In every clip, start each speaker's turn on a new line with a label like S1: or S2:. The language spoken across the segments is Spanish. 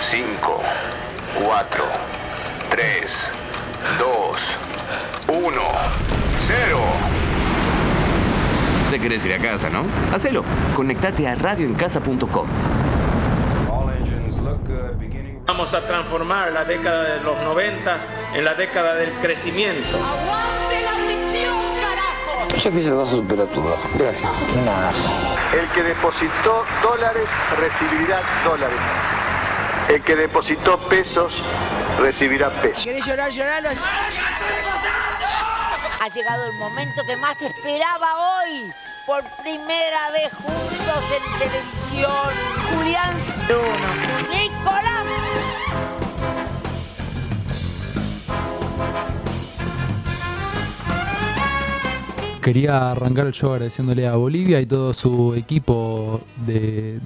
S1: 5, 4, 3, 2, 1, 0.
S2: Te querés ir a casa, ¿no? Hacelo. Conectate a radioencasa.com.
S3: Vamos a transformar la década de los noventas en la década del crecimiento.
S4: ¡Aguante la ficción, carajo!
S5: Yo pienso que vas a superar tu baja. Gracias. Nada.
S6: El que depositó dólares recibirá dólares. El que depositó pesos recibirá pesos.
S7: ¿Querés llorar, lloralo?
S4: Ha llegado el momento que más esperaba hoy. Por primera vez juntos en televisión. Julián Bruno. Nicolás.
S8: Quería arrancar yo agradeciéndole a Bolivia y todo su equipo de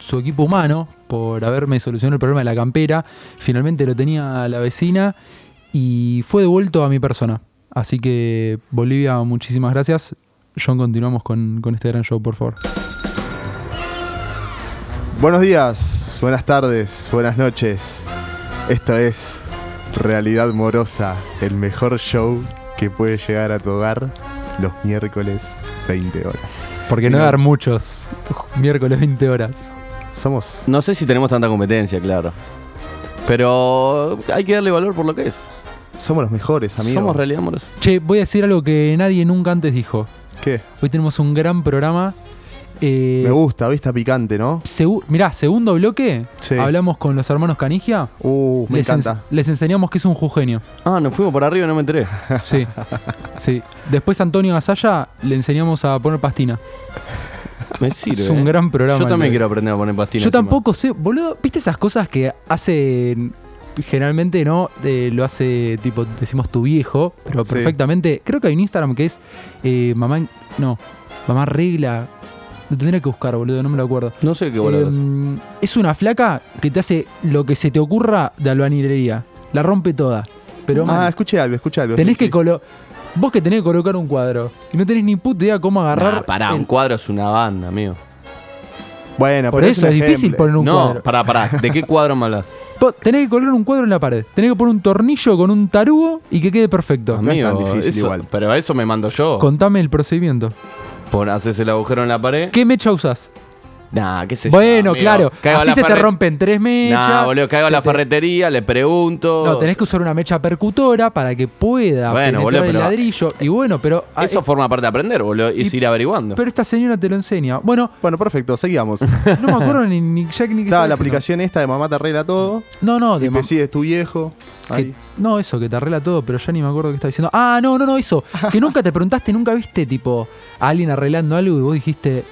S8: su equipo humano por haberme solucionado el problema de la campera. Finalmente lo tenía la vecina y fue devuelto a mi persona. Así que Bolivia, muchísimas gracias. John, continuamos con, con este gran show, por favor.
S9: Buenos días, buenas tardes, buenas noches. Esto es Realidad Morosa, el mejor show que puede llegar a tu hogar los miércoles 20 horas.
S8: Porque no dar muchos. Miércoles 20 horas.
S9: Somos
S10: No sé si tenemos tanta competencia, claro. Pero hay que darle valor por lo que es.
S9: somos los mejores, amigos.
S10: Somos realidad amorosa.
S8: Che, voy a decir algo que nadie nunca antes dijo.
S9: ¿Qué?
S8: Hoy tenemos un gran programa. Eh,
S9: Me gusta, vista picante, ¿no?
S8: segu- mirá, segundo bloque.
S9: Sí.
S8: Hablamos con los hermanos Canigia.
S9: Uh, me
S8: les,
S9: encanta.
S8: ens- les enseñamos que es un jujeño.
S10: Ah, nos fuimos por arriba y no me enteré.
S8: Sí. sí. Después Antonio Gasalla le enseñamos a poner pastina.
S10: Me sirve.
S8: Es un
S10: eh.
S8: gran programa.
S10: Yo también
S8: el de-
S10: quiero aprender a poner pastillas.
S8: Yo tampoco sé, boludo, ¿viste esas cosas que hacen generalmente no? Eh, lo hace tipo, decimos tu viejo, pero
S9: Sí.
S8: perfectamente. Creo que hay un Instagram que es eh, mamá, en- no, mamá regla. Lo tendría que buscar, boludo, no me lo acuerdo.
S10: No sé qué bolas.
S8: Em, es una flaca que te hace lo que se te ocurra de albanilería. La rompe toda. Pero mal.
S9: ah, escuché algo, escuché algo.
S8: tenés
S9: sí,
S8: que
S9: sí.
S8: colo- Vos que tenés que colocar un cuadro. Y no tenés ni puta idea cómo agarrar.
S10: Nah, pará, un
S8: el-
S10: cuadro es una banda, amigo.
S9: Bueno,
S8: Por
S9: pero
S8: eso
S9: un
S8: es difícil
S9: ejemplo.
S8: poner un
S10: no,
S8: cuadro.
S10: pará, pará. ¿De qué cuadro me hablas?
S8: Po- Tenés que colgar un cuadro en la pared. Tenés que poner un tornillo con un tarugo y que quede perfecto.
S9: Amén.
S10: Amigo,
S9: tan difícil
S10: eso-
S9: igual.
S10: Pero eso me mando yo.
S8: Contame el procedimiento.
S10: Por haces el agujero en la pared.
S8: ¿Qué mecha usás?
S10: Nah, qué sé yo,
S8: bueno,
S10: amigo.
S8: claro.
S10: Caigo a
S8: Así
S10: la
S8: se te
S10: ferre-
S8: rompen tres mechas.
S10: Nah, boludo, caigo a
S8: se
S10: la
S8: te-
S10: ferretería, le pregunto.
S8: No, tenés que usar una mecha percutora para que pueda
S10: Bueno,
S8: penetrar
S10: boludo,
S8: el
S10: pero-
S8: ladrillo. Y bueno, pero. ah,
S10: Eso
S8: eh,
S10: forma parte de aprender, boludo. Y,
S8: y-
S10: es ir averiguando.
S8: pero esta señora te lo enseña. Bueno,
S9: Bueno, perfecto, seguíamos.
S8: no me acuerdo ni, ni Jack ni qué
S9: Estaba la
S8: estaba diciendo.
S9: aplicación esta de mamá te arregla todo.
S8: No, no, de
S9: Y
S8: ma-
S9: decides tu viejo.
S8: que-
S9: Ahí.
S8: no, eso, que te arregla todo, pero ya ni me acuerdo qué estaba diciendo. Ah, no, no, no, eso. Que nunca te preguntaste, nunca viste, tipo, a alguien arreglando algo y vos dijiste,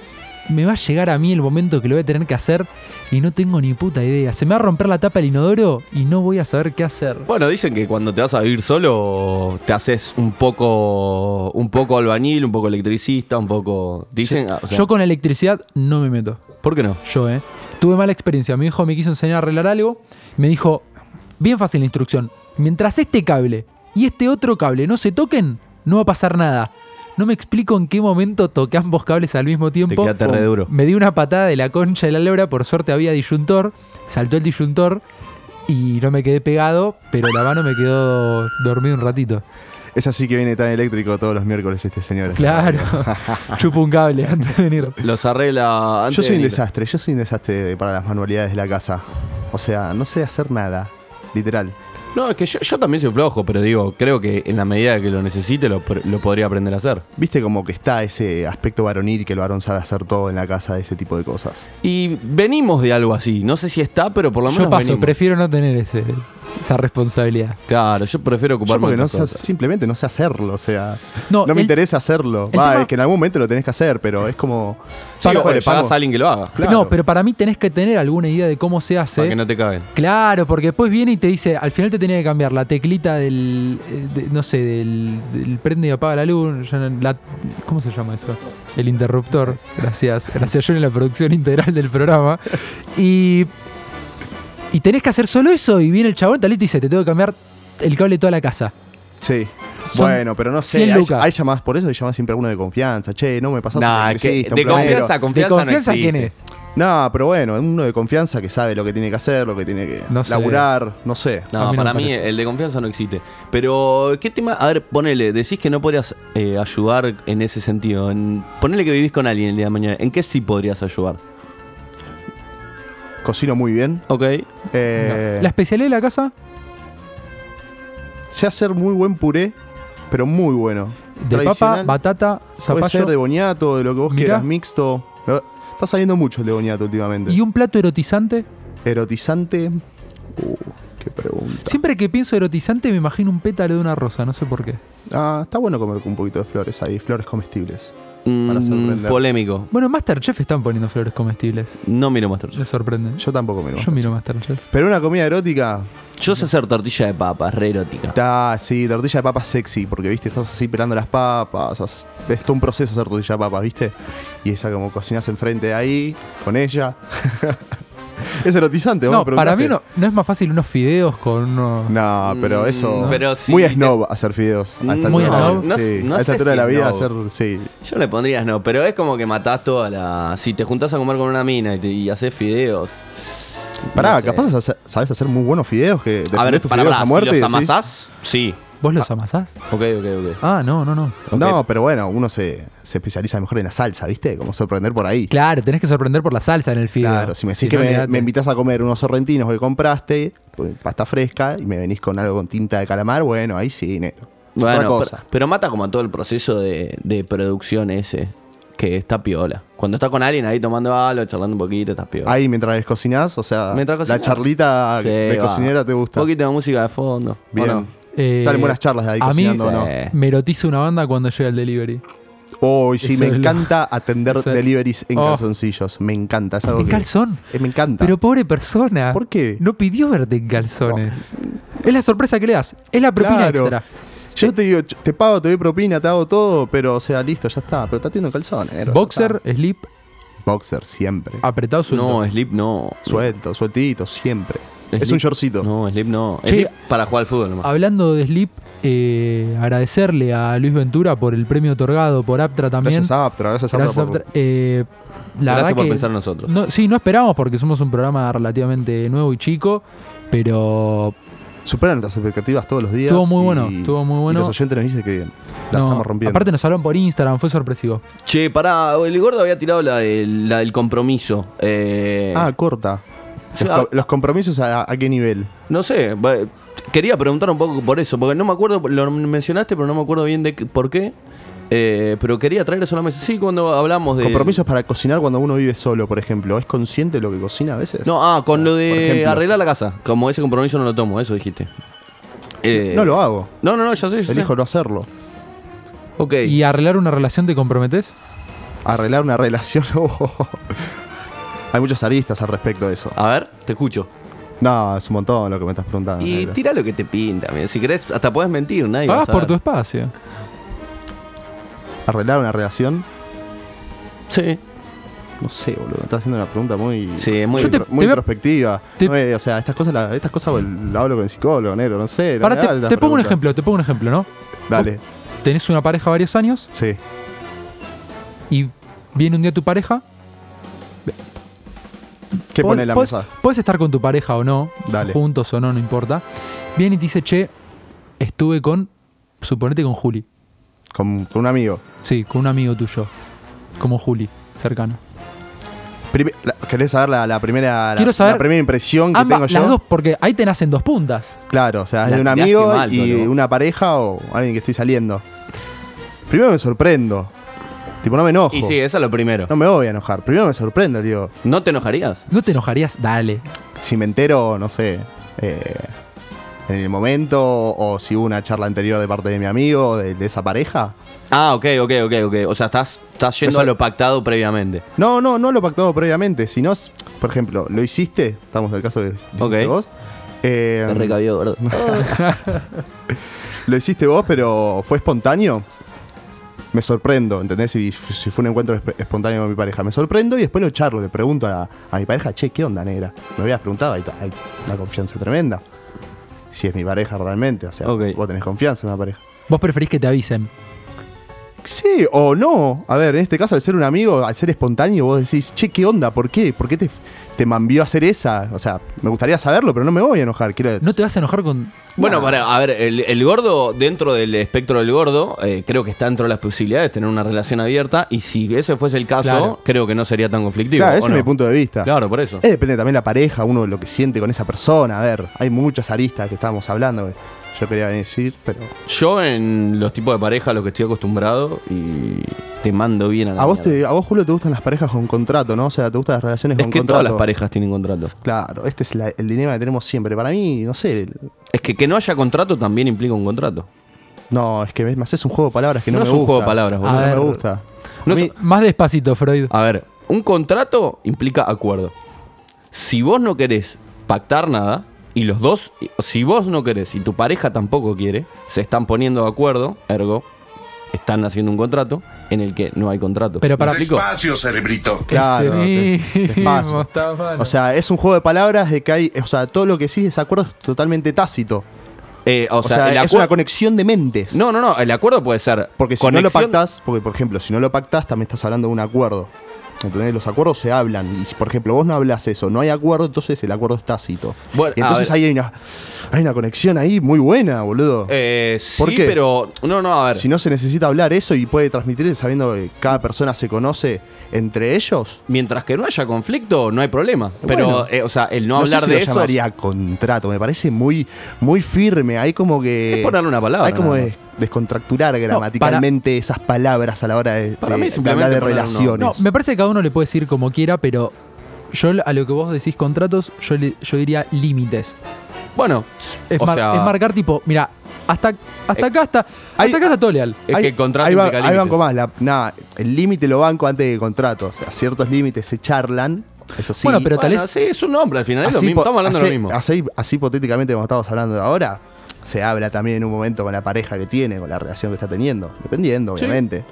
S8: me va a llegar a mí el momento que lo voy a tener que hacer y no tengo ni puta idea. Se me va a romper la tapa del inodoro y no voy a saber qué hacer.
S10: Bueno, dicen que cuando te vas a vivir solo te haces un poco un poco albañil, un poco electricista, un poco dicen, ah, o sea,
S8: Yo con electricidad no me meto.
S10: ¿por qué no?
S8: Yo, ¿eh? Tuve mala experiencia. Mi hijo me quiso enseñar a arreglar algo. Me dijo, bien fácil la instrucción. Mientras este cable y este otro cable no se toquen, no va a pasar nada. No me explico en qué momento toqué ambos cables al mismo
S10: Te
S8: tiempo.
S10: quedaste re duro.
S8: Me di una patada de la concha de la lora. Por suerte había disyuntor. Saltó el disyuntor y no me quedé pegado, pero la mano me quedó dormido un ratito.
S9: Es así que viene tan eléctrico todos los miércoles este señor.
S8: Claro. Chupo un cable antes de venir.
S10: Los arregla antes
S9: Yo soy
S10: de
S9: un
S10: venir.
S9: desastre, yo soy un desastre para las manualidades de la casa. O sea, no sé hacer nada, literal.
S10: No, es que yo, yo también soy flojo, pero digo, creo que en la medida que lo necesite lo, pr- lo podría aprender a hacer.
S9: Viste como que está ese aspecto varonil que el varón sabe hacer todo en la casa, ese tipo de cosas.
S10: Y venimos de algo así, no sé si está, pero por lo menos
S8: Yo paso,
S10: venimos.
S8: prefiero no tener ese, esa responsabilidad.
S10: Claro, yo prefiero
S9: Yo
S10: ocuparme
S9: porque
S10: de
S9: no
S10: otras
S9: sé,
S10: cosas.
S9: simplemente no sé hacerlo, o sea,
S8: No,
S9: no, me
S8: el-
S9: interesa hacerlo.
S8: el
S9: Va,
S8: tema-
S9: es que en algún momento lo tenés que hacer, pero es como
S10: Sí,
S9: Pago-
S10: ojo, le
S9: Oye,
S10: pagás
S9: llamo.
S10: a alguien que lo haga,
S9: Claro.
S8: No, pero para mí tenés que tener alguna idea de cómo se hace.
S10: para que no te caguen.
S8: Claro, porque después viene y te dice, al final te tenía que cambiar la teclita del, eh, de- no sé, del, del prende y apaga la luz, ya no- la- ¿cómo se llama eso? El interruptor, gracias, gracias yo en la producción integral del programa. Y, y tenés que hacer solo eso y viene el chabón, tal vez te dice, te tengo que cambiar el cable de toda la casa.
S9: sí.
S8: Son
S9: bueno, pero no sé,
S8: 100
S9: hay,
S8: lucas.
S9: hay llamadas por eso, hay llamadas siempre a uno de confianza, che, no me pasaste
S10: Nah,
S9: un
S10: que-
S9: electricista, un
S10: de
S9: plomero.
S10: confianza, a
S8: ¿De
S10: confianza no
S8: confianza quién
S10: existe.
S8: es?
S9: No, pero bueno, uno de confianza que sabe lo que tiene que hacer, lo que tiene que
S8: No sé.
S9: laburar, no sé.
S10: No,
S8: A mí no
S10: para
S8: me
S10: mí
S8: parece.
S10: el de confianza no existe. Pero, ¿qué tema? A ver, ponele, decís que no podrías eh, ayudar en ese sentido. En- ponele que vivís con alguien el día de mañana. ¿En qué sí podrías ayudar?
S9: Cocino muy bien.
S10: Ok.
S9: Eh,
S8: La especialidad de la casa,
S9: Sé hacer muy buen puré, pero muy bueno.
S8: de papa,
S9: Tradicional.
S8: batata,
S9: Puede ser de
S8: zapallo.
S9: boniato, de lo que vos
S8: Mirá.
S9: quieras, mixto. No, Está saliendo mucho el de boniato últimamente.
S8: Y un plato erotizante.
S9: Erotizante. Uh, qué pregunta.
S8: Siempre que pienso erotizante me imagino un pétalo de una rosa, no sé por qué.
S9: Ah, está bueno comer con un poquito de flores ahí, flores comestibles. Para
S10: Mm,
S9: sorprender.
S10: polémico.
S8: Bueno, en Masterchef están poniendo flores comestibles.
S10: No miro más
S8: Me sorprende.
S9: Yo tampoco me lo
S8: Yo miro Masterchef.
S9: Pero una comida erótica,
S10: Yo sé hacer tortilla de papa, re erótica.
S9: está, sí, tortilla de papas sexy, porque viste, estás así pelando las papas, has- es todo un proceso hacer tortilla de papas, viste. Y esa como cocinas enfrente de ahí, con ella. es erotizante, vos
S8: No,
S9: me
S8: para mí no,
S9: preguntaste.
S8: no es más fácil unos fideos con unos...
S9: No, pero eso.
S10: Mm, pero sí,
S9: muy
S10: te-
S9: snob hacer fideos. A esta
S10: Muy
S9: altura,
S8: snob.
S9: sí,
S10: No s- no
S9: a esta
S10: sé
S9: altura de la
S10: si
S9: vida, hacer.
S10: snob.
S9: Sí.
S10: Yo le pondrías no, pero es como que matás toda la. Si te juntás a comer con una mina y, te- y haces fideos.
S9: Pará,
S10: No sé.
S9: capaz hace- sabes hacer muy buenos fideos que
S10: A ver,
S9: defendés tus
S10: pará,
S9: fideos
S10: pará,
S9: a muerte.
S10: si
S9: y
S10: los
S9: decís-
S10: amasás, sí.
S8: ¿Vos
S9: Ah.
S8: los amasás?
S10: Ok, ok, ok.
S8: Ah, no, no, no.
S10: Ok.
S9: No, pero bueno, uno se, se especializa mejor en la salsa, ¿viste? Como sorprender por ahí.
S8: Claro, tenés que sorprender por la salsa en el fideo.
S9: Claro, si me decís que
S8: no,
S9: me,
S8: olvidate.
S9: me invitas a comer unos sorrentinos que compraste, pues, pasta fresca, y me venís con algo con tinta de calamar, bueno, ahí sí, negro. Es
S10: Bueno,
S9: otra cosa.
S10: Pero, pero mata como todo el proceso de, de producción ese, que está piola. Cuando está con alguien ahí tomando algo, charlando un poquito, estás piola.
S9: Ahí mientras les cocinás, o sea,
S10: Mientras
S9: la
S10: cocinás.
S9: charlita
S10: Sí,
S9: de
S10: va.
S9: cocinera te gusta.
S10: Un poquito de música de fondo. ¿o
S9: Bien.
S10: no?
S8: Eh,
S9: Salen buenas charlas de ahí
S8: a mí-
S9: cocinando, ¿o ¿no?
S10: Sí. Eh.
S8: Me erotizo una banda cuando llega el delivery.
S9: Oh, y sí,
S8: Eso
S9: me
S8: es lo-
S9: encanta atender
S8: Eso-
S9: deliveries en
S8: Oh.
S9: calzoncillos. Me encanta. Es algo
S8: ¿En
S9: que-
S8: calzón?
S9: Eh, me encanta.
S8: Pero pobre persona.
S9: ¿Por qué?
S8: No pidió verte en calzones. Es la sorpresa que le das. Es la propina
S9: Claro.
S8: extra. Eh,
S9: Yo te digo, ch- te pago, te doy propina, te hago todo, pero o sea, listo, ya está. Pero está teniendo calzones. negro, ya
S8: Boxer, slip,
S9: está. Boxer, siempre.
S8: apretado su
S10: No, Slip no.
S9: Suelto, sueltito, siempre.
S10: Slip-
S9: Es un shortcito. Ah.
S10: No, Slip no.
S8: Che.
S10: Slip para jugar al fútbol nomás.
S8: Hablando de slip, eh, agradecerle a Luis Ventura por el premio otorgado por Aptra también.
S9: Gracias a Aptra, gracias a Aptra.
S8: Gracias,
S9: por-
S8: Aptra. Eh, la
S10: Gracias
S8: verdad
S10: por
S8: que
S10: pensar en nosotros.
S8: no- sí, no esperamos porque somos un programa relativamente nuevo y chico, pero
S9: Superan nuestras expectativas todos los días.
S8: Estuvo muy bueno,
S9: y-
S8: estuvo muy
S9: y
S8: bueno.
S9: los oyentes nos dicen que bien. La
S8: no,
S9: estamos rompiendo.
S8: aparte nos hablaron por Instagram, fue sorpresivo.
S10: Che, pará, el gordo había tirado la, del- la del compromiso. Eh,
S9: ah, corta. Los,
S10: Ah.
S9: co- los compromisos a, a qué nivel.
S10: No sé, va- quería preguntar un poco por eso, porque no me acuerdo, lo mencionaste, pero no me acuerdo bien de qué- por qué. Eh, pero quería traer eso a la mesa. Sí, cuando hablamos de.
S9: Compromisos para cocinar cuando uno vive solo, por ejemplo. ¿Es consciente de lo que cocina a veces?
S10: No, ah, con lo
S9: Por
S10: de
S9: ejemplo.
S10: arreglar la casa. Como ese compromiso no lo tomo, eso dijiste. Eh,
S9: No lo hago.
S10: No, no, no, yo sé, yo sé.
S9: Elijo no hacerlo.
S10: Ok.
S8: ¿Y arreglar una relación te comprometes?
S9: Arreglar una relación. oh. Hay muchas aristas al respecto de eso.
S10: A ver, te escucho.
S9: No, es un montón lo que me estás preguntando.
S10: Y
S9: negro.
S10: tira lo que te pinta, mira. Si querés, hasta puedes mentir, nadie va a
S8: Pagas por tu
S10: saber.
S8: espacio.
S9: Arreglar una relación.
S10: Sí.
S9: No sé, boludo. Me estás haciendo una pregunta muy.
S10: Sí, es muy-
S9: muy,
S8: Yo te-
S9: intro- muy
S8: te veo-
S9: introspectiva.
S8: te- Mm.
S9: No, eh, o sea, estas cosas, la- estas cosas bol- lo hablo con el psicólogo, negro. No sé. no
S8: Pará,
S9: me
S8: te,
S9: hagas estas
S8: te pongo un
S9: preguntas.
S8: ejemplo, te pongo un ejemplo, ¿no?
S9: Dale.
S8: Tenés una pareja varios años
S9: Sí.
S8: y viene un día tu pareja.
S9: ¿Qué
S8: pod-
S9: pone en la
S8: podés-
S9: mesa?
S8: Podés estar con tu pareja o no,
S9: Dale.
S8: juntos o no, no importa. Viene y te dice, che, estuve con, suponete con Juli.
S9: Con, con un amigo.
S8: Sí, con un amigo tuyo. Como Juli, cercano.
S9: Prime- la- ¿Querés saber la, la primera, la,
S8: Quiero saber
S9: la primera impresión que
S8: Ambas,
S9: tengo yo?
S8: las dos, porque ahí te nacen dos puntas.
S9: Claro, o sea, es
S10: La
S9: de un
S10: tiraste
S9: amigo
S10: mal,
S9: y
S10: boludo.
S9: una pareja o alguien que estoy saliendo. Primero me sorprendo. Tipo, no me enojo.
S10: Y sí, eso es lo primero.
S9: No me voy a enojar. Primero me sorprendo, digo.
S10: ¿No te enojarías?
S8: ¿No te enojarías? Dale.
S9: Si me entero, no sé, eh, en el momento o si hubo una charla anterior de parte de mi amigo, de, de esa pareja.
S10: Ah, ok, ok, ok, ok. O sea, estás, estás yendo
S9: Eso-
S10: a lo pactado previamente.
S9: No, no, no lo pactado previamente. Si no, s- por ejemplo, lo hiciste, estamos en el caso de, dijiste
S10: Ok.
S9: vos. eh,
S10: Te recabió, gordo.
S9: lo hiciste vos, pero fue espontáneo. Me sorprendo, ¿entendés? Si, si fue un encuentro esp- espontáneo con mi pareja. Me sorprendo y después lo charlo. Le pregunto a, a mi pareja, che, ¿qué onda, negra? Me habías preguntado, hay, hay una confianza tremenda. Si es mi pareja realmente, o sea,
S10: Ok.
S9: vos tenés confianza en una pareja.
S8: Vos preferís que te avisen.
S9: Sí, o no. A ver, en este caso, al ser un amigo, al ser espontáneo, vos decís, che, ¿qué onda? ¿Por qué? ¿Por qué te, te mambió a hacer esa? O sea, me gustaría saberlo, pero no me voy a enojar. Quiero...
S8: No te vas a enojar con.
S10: Bueno, para, a ver, el, el gordo, dentro del espectro del gordo, eh, creo que está dentro de las posibilidades de tener una relación abierta. Y si ese fuese el caso,
S8: Claro.
S10: creo que no sería tan conflictivo.
S9: Claro,
S10: ¿o
S9: ese es
S10: no?
S9: mi punto de vista.
S10: Claro, por eso.
S9: Eh, depende también la pareja, uno lo que siente con esa persona. A ver, hay muchas aristas que estábamos hablando. que Yo quería decir, pero.
S10: Yo en los tipos de pareja a los que estoy acostumbrado y te mando bien a la
S9: A vos,
S10: mierda.
S9: te, a vos, Julio, te gustan las parejas con contrato, ¿no? O sea, te gustan las relaciones
S10: Es
S9: con
S10: que
S9: contrato.
S10: todas las parejas tienen contrato.
S9: Claro, este es la- el dilema que tenemos siempre. Para mí, no sé.
S10: Es que que no haya contrato también implica un contrato.
S9: No, es que me haces un juego de palabras que no,
S10: No
S9: me
S10: es un
S9: gusta.
S10: juego de palabras,
S9: No
S10: boludo.
S9: me
S8: A ver.
S9: gusta.
S10: No
S8: A mí-
S10: so-
S8: Más despacito, Freud.
S9: Ah,
S10: A ver, un contrato implica acuerdo. Si vos no querés pactar nada, y los dos, si vos no querés y tu pareja tampoco quiere, se están poniendo de acuerdo, ergo, están haciendo un contrato en el que no hay contrato.
S8: Pero para-
S10: ¿Me explico?
S1: Despacio, cerebrito.
S9: Claro,
S8: Ese
S9: te- despacio.
S8: mismo, está mal.
S9: O sea, es un juego de palabras de que hay. O sea, todo lo que sí es acuerdo es totalmente tácito.
S10: Eh, o,
S9: O,
S10: sea,
S9: sea,
S10: el
S9: es una
S10: acuerdo.
S9: conexión de mentes.
S10: No, no, no, el acuerdo puede ser.
S9: Porque si no lo
S10: conexión-
S9: pactás, porque por ejemplo, si no lo pactás, también estás hablando de un acuerdo. ¿Entendés? Los acuerdos se hablan. Y si, por ejemplo, vos no hablas eso, no hay acuerdo, entonces el acuerdo es tácito.
S10: Bueno,
S9: Y entonces
S10: a ver.
S9: ahí hay una, hay una conexión ahí muy buena, boludo.
S10: Eh,
S9: ¿Por
S10: sí,
S9: qué?
S10: pero. No, no, a ver.
S9: Si no se necesita hablar eso y puede transmitir sabiendo que cada persona se conoce entre ellos.
S10: Mientras que no haya conflicto, no hay problema. Pero,
S9: Bueno.
S10: eh, o sea, el no,
S9: sé
S10: hablar
S9: si
S10: de
S9: lo
S10: eso.
S9: llamaría contrato, me parece muy, muy firme. Hay como que.
S10: Es ponerle una palabra,
S9: Hay como
S10: nada
S9: de- descontracturar gramaticalmente esas palabras a la hora de,
S10: Para
S9: de-
S10: mí
S9: de
S10: simplemente
S9: hablar de
S10: ponerle un
S9: relaciones.
S10: nombre.
S8: No, me parece que cada uno le puede decir como quiera, pero yo a lo que vos decís contratos, yo, le- yo diría límites.
S10: Bueno,
S8: Es,
S10: o
S8: mar-
S10: sea,
S8: es marcar tipo, mira, hasta, hasta acá está, hasta
S9: hay-
S8: acá está todo leal.
S10: Es eh, que el contrato
S9: ahí, va-
S10: implica
S9: ahí
S10: límites.
S9: banco más. la- nada, el límite lo banco antes de contrato. O sea, ciertos límites se charlan. Eso sí.
S8: Bueno, pero tal
S10: Bueno,
S8: vez-
S10: Sí, es un nombre al final, es lo mismo.
S9: po-
S10: Estamos hablando de
S9: así-
S10: lo mismo.
S9: Así, así hipotéticamente, como estamos hablando de ahora, se habla también en un momento con la pareja que tiene, con la relación que está teniendo. Dependiendo, obviamente.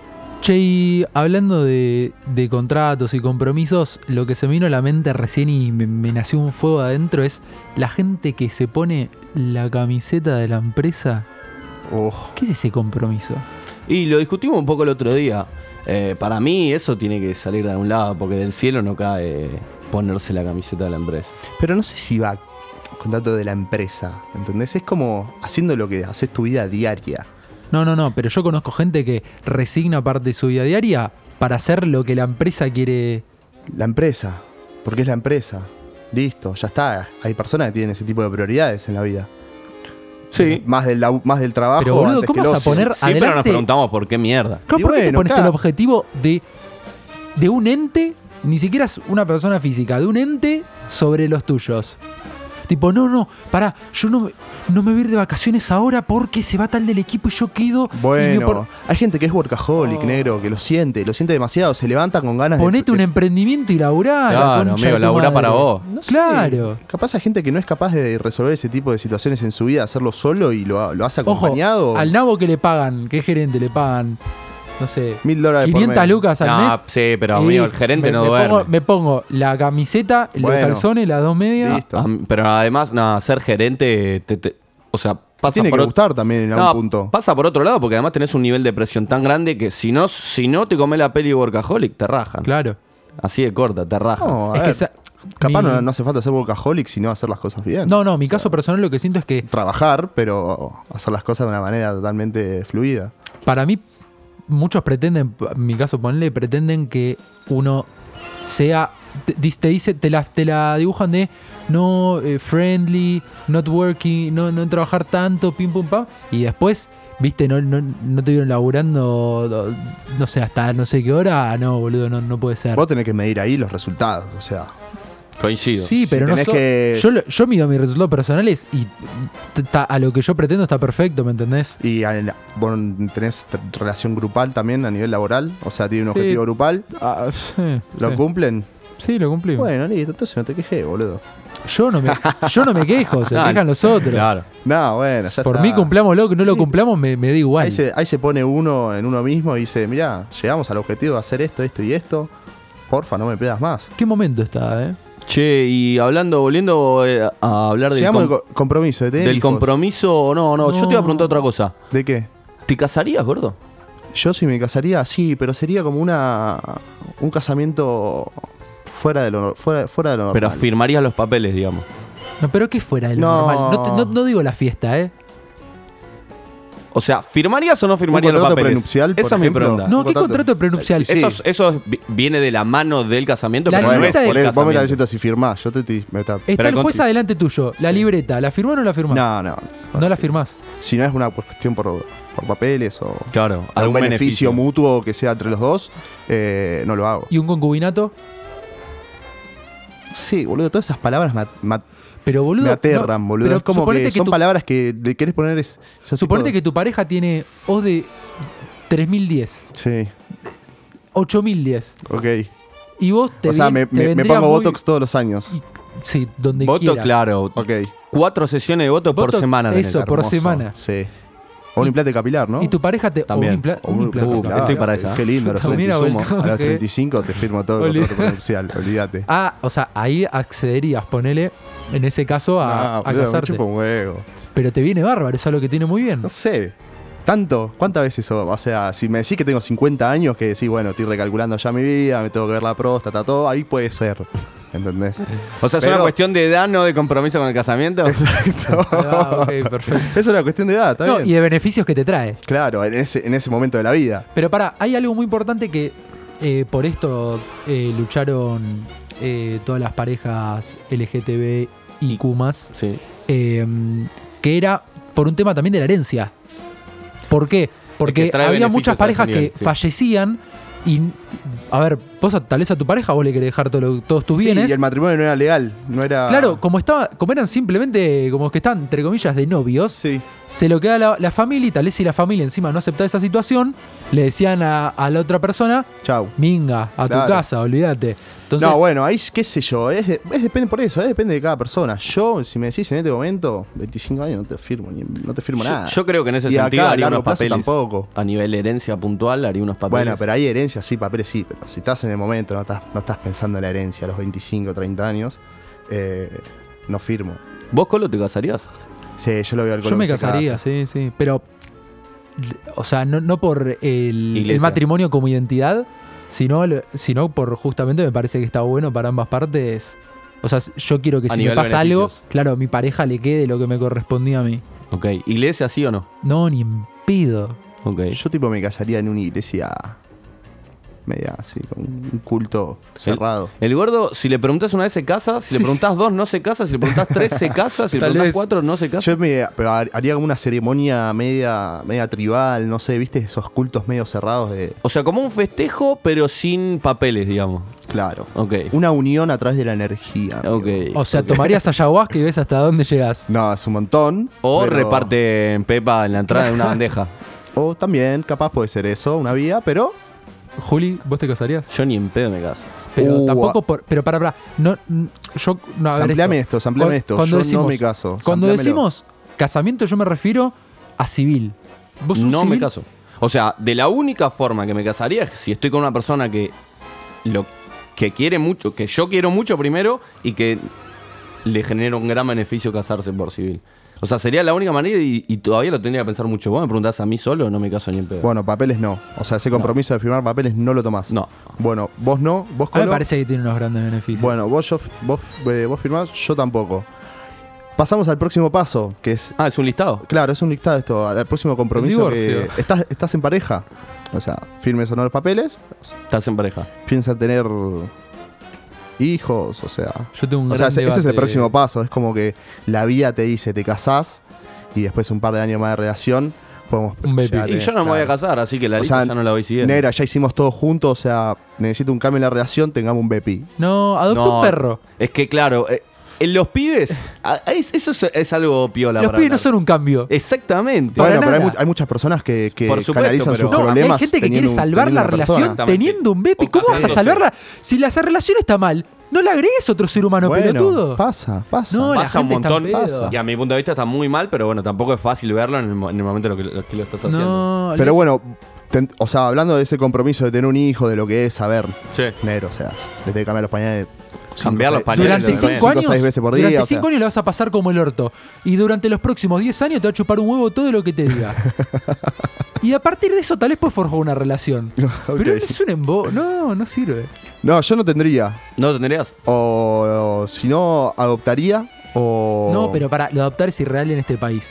S8: Che, y hablando de, de contratos y compromisos, lo que se me vino a la mente recién y me, me nació un fuego adentro es la gente que se pone la camiseta de la empresa.
S9: Uf.
S8: ¿Qué es ese compromiso?
S10: Y lo discutimos un poco el otro día. Eh, para mí, eso tiene que salir de algún lado, porque del cielo no cae ponerse la camiseta de la empresa.
S9: Pero no sé si va contrato de la empresa. ¿Entendés? Es como haciendo lo que haces tu vida diaria.
S8: No, no, no, pero yo conozco gente que resigna parte de su vida diaria para hacer lo que la empresa quiere.
S9: La empresa. Porque es la empresa. Listo, ya está. Hay personas que tienen ese tipo de prioridades en la vida.
S10: Sí.
S9: Más del, lau- más del trabajo.
S8: Pero, boludo,
S9: antes
S8: ¿cómo
S9: que el
S8: vas a
S9: ocio.
S8: poner-
S10: Sí, pero nos
S8: Adelante.
S10: preguntamos por qué mierda.
S8: Claro,
S9: Y
S8: ¿por qué te
S9: bueno,
S8: pones
S9: acá-
S8: el objetivo de, de un ente, ni siquiera es una persona física, de un ente sobre los tuyos? Tipo, no, no, pará, yo no, me- no me voy a ir de vacaciones ahora porque se va tal del equipo y yo quedo. y me
S9: Bueno,
S8: por-
S9: hay gente que es workaholic, negro, que lo siente, lo siente demasiado, se levanta con ganas de-
S8: ponete em- un
S9: de.
S8: emprendimiento y laburá. la
S10: Claro,
S8: concha de
S10: amigo,
S8: tu
S10: laburá
S8: madre.
S10: para vos.
S9: No sé,
S8: Claro.
S9: Capaz hay gente que no es capaz de resolver ese tipo de situaciones en su vida, hacerlo solo y lo, lo hace
S8: Ojo,
S9: acompañado.
S8: al nabo que le pagan, ¿qué gerente le pagan? No sé.
S9: Mil dólares por
S8: 500
S9: mes.
S8: lucas al
S10: Nah,
S8: mes.
S10: sí, pero,
S8: Y
S10: amigo, el gerente
S8: me-
S10: no
S8: me
S10: duerme.
S8: Pongo, me pongo la camiseta, los
S9: Bueno.
S8: calzones, las dos medias.
S9: Listo.
S10: A mí- pero además, nada, ser gerente, te- te- o sea, pasa
S9: Tiene
S10: por
S9: que
S10: ot-
S9: gustar también en algún
S10: No,
S9: punto.
S10: Pasa por otro lado, porque además tenés un nivel de presión tan grande que si no, si no te come la peli workaholic, te rajan.
S8: Claro.
S10: Así de corta, te rajan.
S9: No, a
S8: Es que
S9: ver,
S8: esa-
S9: capaz
S8: mi-
S9: no, no hace falta ser workaholic, sino hacer las cosas bien.
S8: No, no, mi caso personal lo que siento es que
S9: Trabajar, pero hacer las cosas de una manera totalmente fluida.
S8: para mí muchos pretenden, en mi caso ponle, pretenden que uno sea, te, dis- te dice, te la, te la dibujan de no eh, friendly, not working, no, no trabajar tanto, pim pum pam, y después, viste, no, no, no te vieron laburando, no, no sé, hasta no sé qué hora, no, boludo, no, no puede ser.
S9: Vos tenés que medir ahí los resultados, o sea.
S10: Coincido.
S8: Sí,
S9: Si
S8: pero no
S9: tenés
S8: so-
S9: que-
S8: yo, lo- yo mido mis resultados personales y t- ta- a lo que yo pretendo está perfecto, ¿me entendés?
S9: Y al- vos tenés t- relación grupal también a nivel laboral, o sea, tiene un
S8: Sí.
S9: objetivo grupal, lo
S8: sí.
S9: cumplen.
S8: Sí, lo cumplimos.
S9: Ah, Bueno, listo, entonces no te quejes, boludo.
S8: Yo no me, yo no me quejo, se
S10: Nah,
S8: quejan los otros.
S10: Claro.
S9: No, bueno, ya
S8: Por
S9: está.
S8: mí cumplamos lo que no lo cumplamos, me, me da igual.
S9: Ahí se, ahí se pone uno en uno mismo y dice, mirá, llegamos al objetivo de hacer esto, esto y esto. Porfa, no me pedas más.
S8: ¿Qué momento está, eh?
S10: Che, y hablando, volviendo eh, a hablar del,
S9: Llegamos
S10: com-
S9: al co- compromiso de tener
S10: del
S9: hijos.
S10: compromiso, no, no, yo te iba a preguntar otra cosa.
S9: ¿De qué?
S10: ¿Te casarías, gordo?
S9: Yo si me casaría, sí, pero sería como una un casamiento fuera de lo, fuera, fuera de lo
S10: Pero
S9: normal.
S10: firmarías los papeles, digamos.
S8: No, pero ¿qué fuera de lo
S9: No.
S8: normal? No, te- no- no digo la fiesta, ¿eh?
S10: O sea, ¿firmarías o no firmarías los
S9: contrato
S10: papeles?
S9: prenupcial, por
S10: Esa es mi
S9: ejemplo?
S10: pregunta.
S8: No,
S9: Un
S8: ¿qué
S9: contrato.
S8: contrato prenupcial?
S9: Sí.
S10: Eso, es- eso es- vi- viene de la mano del casamiento,
S8: La
S10: pero
S9: Bueno,
S10: no
S8: libreta
S10: es
S8: de-
S10: del
S9: por eso, vos me la
S10: casamiento.
S9: decís si firmás, yo te, te- me está-
S8: Está
S10: Pero
S8: el
S10: con-
S8: juez adelante tuyo, la libreta, ¿la firmás o no la firmás?
S9: No, no.
S8: No la firmás.
S9: Si no es una cuestión por, por papeles o
S10: Claro,
S9: algún beneficio, mutuo que sea entre los dos, eh, no lo hago.
S8: ¿Y un concubinato?
S9: Sí, boludo, todas esas palabras ma- ma-
S8: Pero boludo.
S9: me
S8: no,
S9: aterran, boludo.
S8: pero
S9: es como que,
S8: suponete
S9: son
S8: tu-
S9: palabras que le querés poner. Es, o sea,
S8: Suponete
S9: tipo-
S8: que tu pareja tiene O de 3010,
S9: Sí,
S8: 8010.
S9: ok.
S8: Y vos te
S9: o sea,
S8: vi-
S9: me,
S8: te
S9: me- me
S8: vendría
S9: pongo
S8: muy-
S9: Botox todos los años.
S8: y- sí, donde
S10: Voto,
S8: quieras.
S10: claro.
S9: Ok.
S10: Cuatro sesiones de voto, por
S8: Voto,
S10: semana. tenés.
S8: eso, por
S9: Hermoso.
S8: semana.
S9: Sí. O un implante capilar, ¿no?
S8: Y tu pareja te.
S10: También.
S8: O un impla-
S9: O
S8: un
S9: un
S8: implante
S10: uh,
S8: capilar.
S10: estoy para esa.
S9: Qué lindo, a los,
S8: También
S9: 30
S8: hago el
S9: sumo. A los
S8: canje.
S9: 35 te firmo todo el
S8: Olvida-
S9: contrato comercial, olvídate.
S8: Ah, o sea, ahí accederías, ponele, en ese caso, a,
S9: Ah,
S8: a
S9: boludo, me
S8: casarte.
S9: chupa un huevo.
S8: Pero te viene bárbaro, es algo que tiene muy bien.
S9: No sé. ¿Tanto? ¿Cuántas veces eso? O sea, si me decís que tengo 50 años, que decís, bueno, estoy recalculando ya mi vida, me tengo que ver la próstata, todo, ahí puede ser. ¿Entendés?
S10: O sea, es
S9: Pero-
S10: una cuestión de edad, no de compromiso con el casamiento.
S9: Exacto.
S8: Ah, ok, perfecto.
S9: Es una cuestión de edad, ¿está
S8: No,
S9: bien?
S8: y de beneficios que te trae.
S9: Claro, en ese, en ese momento de la vida.
S8: Pero pará, hay algo muy importante que eh, por esto eh, lucharon eh, todas las parejas LGTB y Kumas,
S10: Sí.
S8: em, que era por un tema también de la herencia. ¿Por qué? Porque
S10: Es que trae
S8: había
S10: beneficios
S8: muchas
S10: a
S8: parejas
S10: ese nivel,
S8: que
S10: sí.
S8: fallecían y, a ver, vos a- tal vez a tu pareja vos le querés dejar todo lo- todos tus
S9: Sí,
S8: bienes.
S9: y el matrimonio no era legal, no era.
S8: Claro, como estaba, como eran simplemente, como que estaban, entre comillas, de novios,
S9: Sí.
S8: se lo queda la, la familia y tal vez si la familia encima no aceptaba esa situación, le decían a, a la otra persona,
S9: Chau.
S8: minga, a
S9: Claro.
S8: tu casa, olvídate. Entonces,
S9: no, bueno, ahí qué sé yo, es, de- es depende por eso, es depende de cada persona. Yo, si me decís en este momento, 25 años, no te firmo, ni- no te firmo
S10: Yo,
S9: nada.
S10: yo creo que en ese
S9: Y acá,
S10: sentido
S9: a
S10: haría
S9: largo
S10: unos
S9: plazo,
S10: papeles.
S9: tampoco.
S10: A nivel herencia puntual haría unos papeles.
S9: Bueno, pero hay herencia, sí, papeles sí, pero si estás en el momento, no estás, no estás pensando en la herencia a los 25, 30 años, eh, no firmo.
S10: ¿Vos, Colo, te casarías?
S9: Sí, yo lo veo al
S8: yo
S9: Colo
S8: me
S9: que se
S8: casaría,
S9: casa.
S8: sí, sí, pero, o sea, no, no por el- el,
S10: Iglesia.
S8: matrimonio como identidad, sino, el- sino por justamente me parece que está bueno para ambas partes. O sea, yo quiero que
S10: A
S8: si me
S10: nivel
S8: pasa algo,
S10: beneficios.
S8: claro, a mi pareja le quede lo que me correspondía a mí.
S10: Ok. ¿Iglesia sí o no?
S8: No, ni en pedo.
S10: Ok.
S9: Yo, tipo, me casaría en una iglesia media, así, con un culto cerrado.
S10: El gordo, si le preguntas una vez se casa, si le preguntas dos no se casa, si le preguntas tres se casa, si le
S9: Tal
S10: preguntas
S9: vez.
S10: cuatro no se casa.
S9: Yo me, pero har- haría como una ceremonia media, media tribal, no sé, ¿viste? Esos cultos medio cerrados de.
S10: O sea, como un festejo, pero sin papeles, digamos.
S9: Claro.
S10: Ok.
S9: Una unión a través de la energía. amigo.
S10: Ok.
S8: O sea, tomarías ayahuasca y ves hasta dónde llegas.
S9: No, es un montón.
S10: O
S9: pero-
S10: reparten pepa en la entrada de una bandeja.
S9: O también, capaz puede ser eso, una vía, pero.
S8: Juli, ¿vos te casarías?
S10: Yo ni en pedo me caso.
S8: Pero
S9: Uh,
S8: tampoco
S9: ah.
S8: por. Pero para, para. No, mm, yo. No, a ver
S9: Sampleame esto, sampleame
S8: Cu-
S9: esto. Yo no me caso.
S8: Cuando
S9: Sampleamelo.
S8: decimos casamiento, yo me refiero a civil.
S9: Pues
S8: ¿Vos sos
S10: No me
S8: civil?
S10: caso. O sea, de la única forma que me casaría es si estoy con una persona que lo que quiere mucho, que yo quiero mucho primero y que le genera un gran beneficio casarse por civil. O sea, sería la única manera y, y todavía lo tendría que pensar mucho. Vos me preguntás a mí solo, no me caso ni en pedo.
S9: Bueno, papeles no. O sea, ese compromiso de firmar papeles no lo tomás.
S10: No.
S9: Bueno, vos no, vos
S8: A mí
S9: Colo.
S8: me parece que tiene unos grandes beneficios.
S9: Bueno, vos, yo, vos, eh, vos firmás, yo tampoco. Pasamos al próximo paso, que es.
S10: Ah, es un listado.
S9: Claro, es un dictado esto, al próximo compromiso. Que
S8: divorcio.
S9: estás, estás en pareja. O sea, firmes o no los papeles,
S10: Estás en pareja.
S9: piensan tener hijos, o sea.
S8: Yo tengo un
S9: O sea,
S8: gran
S9: ese, ese es el
S8: debate.
S9: próximo paso. Es como que la vida te dice, te casás y después un par de años más de relación podemos
S8: Un baby.
S9: llegar a
S10: Y
S9: tener,
S10: yo no me voy a
S9: claro.
S10: casar, así que la
S9: Ah, O
S10: lista
S9: sea,
S10: ya no la voy siguiendo.
S9: Negra, ya hicimos todo juntos, o sea, necesito un cambio en la relación, tengamos un bepi.
S8: No, adopta
S10: No,
S8: un perro.
S10: Es que claro, eh, en los pibes, a- es- eso es, es algo piola.
S8: Los
S10: para
S8: pibes no
S10: hablar.
S8: son un cambio.
S10: Eh, Exactamente.
S8: Para
S9: bueno, pero hay,
S8: nada.
S9: mu- hay muchas personas que, que
S10: Por supuesto,
S9: canalizan
S10: pero-
S9: sus
S10: No,
S8: No, hay
S9: problemas.
S8: gente que quiere
S9: teniendo un-
S8: salvar
S9: teniendo
S8: la
S9: una
S8: relación
S9: persona.
S10: Exactamente.
S8: teniendo un bebé.
S10: O
S8: ¿Cómo vas a
S10: casándose.
S8: salvarla? Si la relación está mal, no le agregues otro ser humano
S9: Bueno,
S8: pelotudo.
S9: pasa, pasa.
S8: No, la
S10: Pasa un
S8: gente está en
S10: montón.
S8: pedo.
S10: Y a mi punto de vista está muy mal, pero bueno, tampoco es fácil verlo en el, mo- en el momento en lo que, lo que lo estás haciendo.
S8: No,
S9: Pero bueno, ten- o sea, hablando de ese compromiso de tener un hijo, de lo que es saber,
S10: Sí.
S9: negro, o sea, le tenés que cambiar los pañales. cinco,
S10: Cambiar los
S9: seis-
S10: pañales,
S8: Durante
S10: Pañales,
S8: cinco años,
S9: o seis veces por día.
S8: durante
S9: o sea.
S8: cinco años la vas a pasar como el orto. Y durante los próximos 10 años te va a chupar un huevo todo lo que te diga. Y a partir de eso tal vez puedes forjar una relación.
S9: ok.
S8: Pero es un embo... No, no sirve.
S9: No, yo no tendría.
S10: ¿No lo tendrías?
S9: O, o si no, adoptaría. O.
S8: No, pero para lo de adoptar es irreal en este país.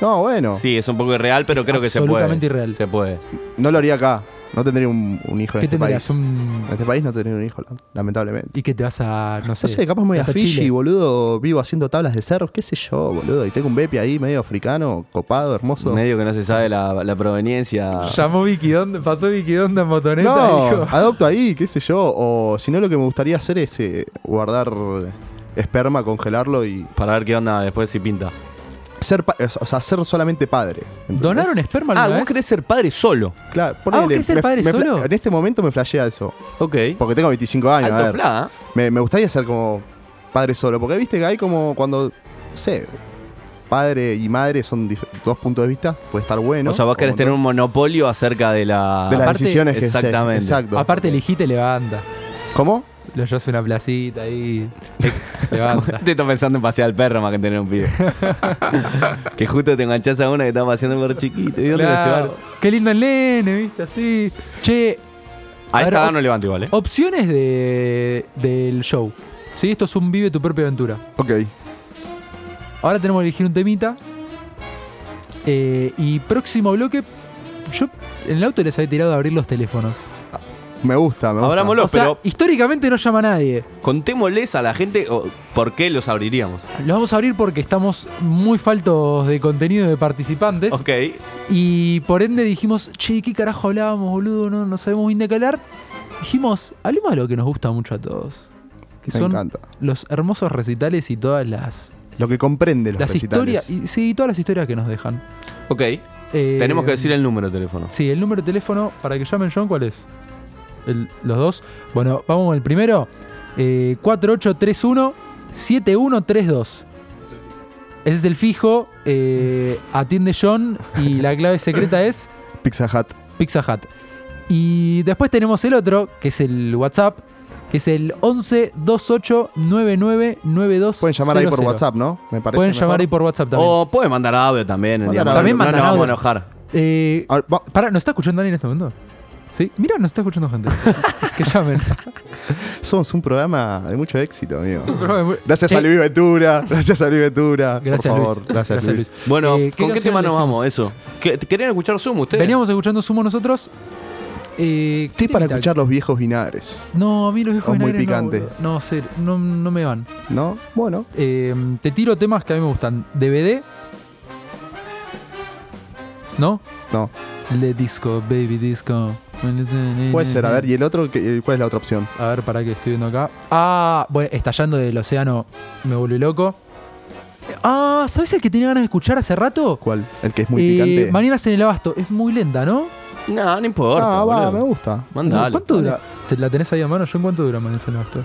S9: No, bueno.
S10: Sí, es un poco irreal, pero
S8: Es
S10: creo que se puede.
S8: absolutamente irreal.
S10: Se puede.
S9: No lo haría acá. No tendría un, un hijo en
S8: ¿Qué
S9: este
S8: tendrías?
S9: país.
S8: Un-
S9: En este país no tendría un hijo, la- lamentablemente.
S8: ¿Y que te vas a, no sé,
S9: No sé, capaz me voy
S8: te
S9: a
S8: vas a
S9: Fiji,
S8: Chile?
S9: boludo. Vivo haciendo tablas de cerros, qué sé yo, boludo. Y tengo un bepi ahí, medio africano, copado, hermoso.
S10: Medio que no se sabe la, la proveniencia.
S8: Llamó Vicky Donda, pasó Vicky Donda en motoneta y
S9: No, Ah,
S8: dijo...
S9: adopto ahí, qué sé yo. O si no, lo que me gustaría hacer es eh, guardar esperma, congelarlo y
S10: Para ver qué onda después si pinta.
S9: ser, pa- o sea, ser solamente padre. ¿entendés?
S8: ¿Donaron esperma
S10: Ah,
S8: alguna
S10: vos
S8: vez?
S10: querés ser padre solo.
S9: Claro,
S8: Ah, ¿vos querés ser
S9: me-
S8: padre
S9: me fla-
S8: solo?
S9: En este momento me flashea eso.
S10: Ok.
S9: Porque tengo 25 años. a
S10: Alto
S9: ver.
S10: fla. ¿eh?
S9: Me, me gustaría ser como padre solo. Porque viste que hay como cuando. No sé. Padre y madre son dif- dos puntos de vista. Puede estar bueno.
S10: O sea, vos querés
S9: no.
S10: tener un monopolio acerca de la.
S9: de las
S8: Aparte-
S9: decisiones que se-
S10: Exactamente.
S9: exacto.
S8: Aparte elegí te levanta.
S9: ¿Cómo?
S8: Lo llevas a una placita ahí. levanta.
S10: Te está pensando en pasear al perro más que en tener un pibe. que justo te enganchás a una que está paseando el perro chiquito. ¿Y dónde lo
S8: Claro.
S10: llevar?
S8: Qué lindo el nene, viste, así. Che,
S10: A
S8: Ahora,
S10: esta edad
S8: o-
S10: no levanto igual, ¿eh?
S8: opciones de, del show. Sí, esto es un vive tu propia aventura.
S9: Ok.
S8: Ahora tenemos que elegir un temita. Eh, y próximo bloque, yo en el auto les había tirado a abrir los teléfonos.
S9: Me gusta, me gusta.
S10: Abrámoslo. No,
S8: o sea,
S10: pero-
S8: históricamente no llama a nadie.
S10: Contémosles a la gente o, por qué los abriríamos.
S8: Los vamos a abrir porque estamos muy faltos de contenido y de participantes.
S10: Ok.
S8: Y por ende dijimos, che, ¿de qué carajo hablábamos, boludo? No, no sabemos bien de qué hablar. Dijimos, hablemos de lo que nos gusta mucho a todos. Que
S9: Me
S8: son
S9: encanta.
S8: los hermosos recitales y todas las,
S9: Lo que comprende los
S8: las
S9: recitales.
S8: historias. Y, sí, todas las historias que nos dejan.
S10: Ok.
S8: Eh,
S10: Tenemos que decir el número de teléfono.
S8: Sí, el número de teléfono para que llamen John, ¿cuál es? El- los dos. Bueno, vamos con el primero. Eh, 4831-7132. Ese es el fijo. eh, atiende John y la clave secreta es
S9: Pizza Hut.
S8: Pizza Hut. Y después tenemos el otro, que es el WhatsApp, que es el 11 28 99 92
S9: Pueden llamar ahí por WhatsApp, ¿no? Me parece.
S8: Pueden
S9: mejor.
S8: llamar ahí por WhatsApp también.
S10: O puede mandar audio también.
S9: Mandar
S10: digamos.
S9: audio. También
S10: no
S8: mandan
S10: nos vamos a
S8: audios.
S10: enojar.
S8: Eh,
S9: A ver, va-
S8: Pará, ¿nos está escuchando alguien en este momento? Sí, mira, nos está escuchando gente. que llamen.
S9: somos un programa de mucho éxito, amigo. Gracias
S8: Eh,
S9: a Luis Ventura. Gracias a Luis Ventura.
S8: Gracias,
S9: por favor.
S8: Luis.
S9: Gracias, Luis.
S10: Bueno,
S8: Eh,
S10: ¿con qué
S8: canción
S10: tema nos
S8: elegimos?
S10: vamos? Eso. ¿Qué- ¿Querían escuchar Zoom ustedes?
S8: Veníamos escuchando Sumo nosotros. Eh,
S9: Estoy
S8: ¿qué
S9: para
S8: temita?
S9: escuchar los viejos vinagres,
S8: No, a mí los viejos
S9: Es muy
S8: vinagres no,
S9: picante.
S8: boludo. No, sé, no, no me van.
S9: ¿no? Bueno.
S8: Eh, te tiro temas que a mí me gustan. DVD. ¿No?
S9: No.
S8: Le disco, baby disco.
S9: Puede ser. A ver, ¿y el otro? qué- ¿Cuál es la otra opción?
S8: A ver, para qué estoy viendo acá. Ah, bueno, estallando del océano me volví loco. Ah, ¿sabes el que tenía ganas de escuchar hace rato?
S9: ¿Cuál? El que es muy
S8: Eh,
S9: picante.
S8: Mañanas en el abasto. Es muy lenta, ¿no?
S10: No, no importa.
S9: Ah, va,
S10: boludo.
S9: me gusta.
S10: Mandale.
S8: ¿Cuánto dura? ¿Te la tenés ahí a mano? ¿Yo en cuánto dura Mañanas en el abasto?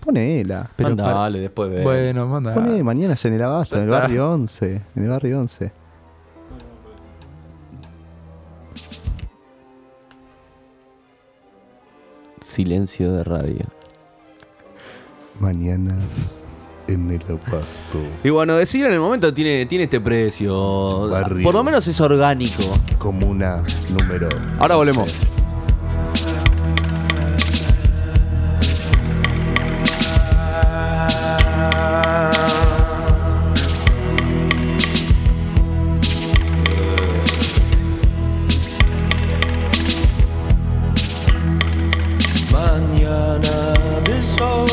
S9: Ponela.
S8: Pero
S10: Mandale,
S8: para-
S10: después ve.
S8: Bueno, manda.
S9: Poné mañanas en el abasto, en el
S10: está.
S9: barrio 11. En el barrio 11.
S10: Silencio de radio.
S9: Mañanas en el abasto.
S10: Y bueno, decir en el momento tiene, tiene este precio.
S9: Barrio.
S10: Por lo menos es orgánico.
S9: Comuna número.
S10: Ahora volvemos.
S7: Mañana de sol,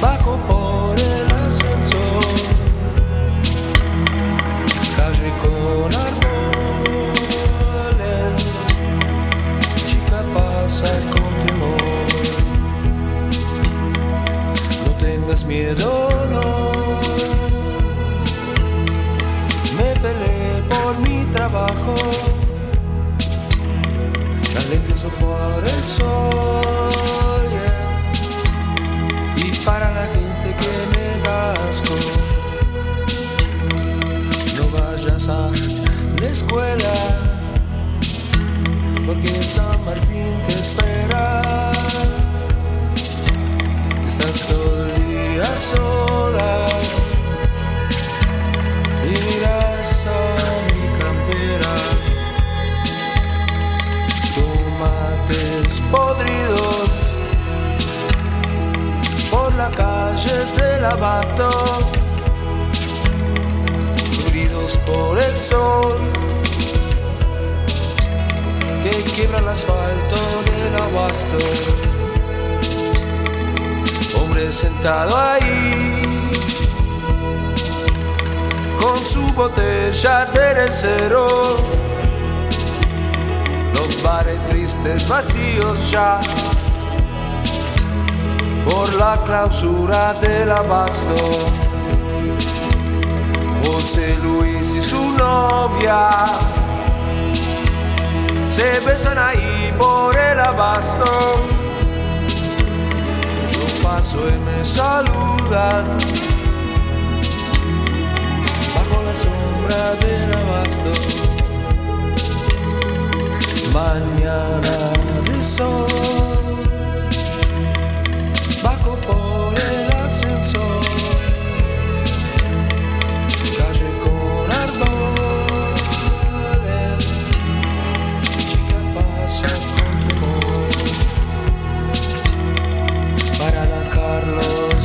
S7: bajo por el ascensor, calle con árboles, chica pasa con temor, no tengas miedo, no, me peleé por mi trabajo. La ley empiezo por el sol yeah. y para la gente que me da asco. No vayas a la escuela porque San Martín te espera. Estás todo el día solo. valles del abato, heridos por el sol que quiebra el asfalto del abasto. Hombre sentado ahí con su botella cerecero. Los bares tristes vacíos ya por la clausura del abasto. José Luis y su novia se besan ahí por el abasto. Yo paso y me saludan bajo la sombra del abasto. Mañana de sol bajo por el ascensor. Calle con árboles, chica pasa con tu voz. Para la Carlos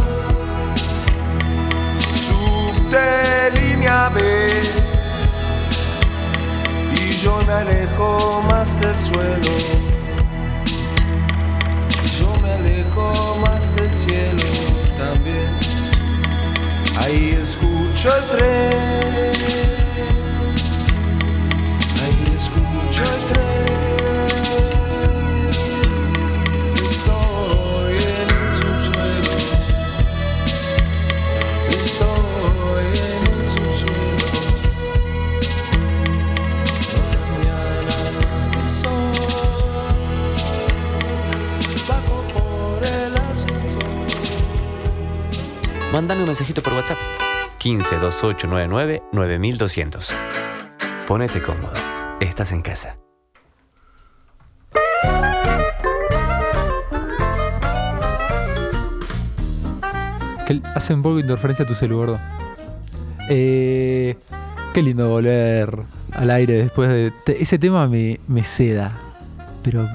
S7: Subte línea B. Y yo me alejo más del suelo. Yo me alejo más del cielo también. Ahí escucho el tren. Ahí escucho el tren. Estoy en el subsuelo. Estoy en el subsuelo. Mañana de sol. Bajo por el ascensor.
S11: Mándame un mensajito por WhatsApp. 15 2899 9200. Ponete cómodo. Estás en casa.
S8: Que hace un poco de interferencia a tu celu, gordo. Eh, qué lindo volver al aire después de. te- ese tema me, me seda. Pero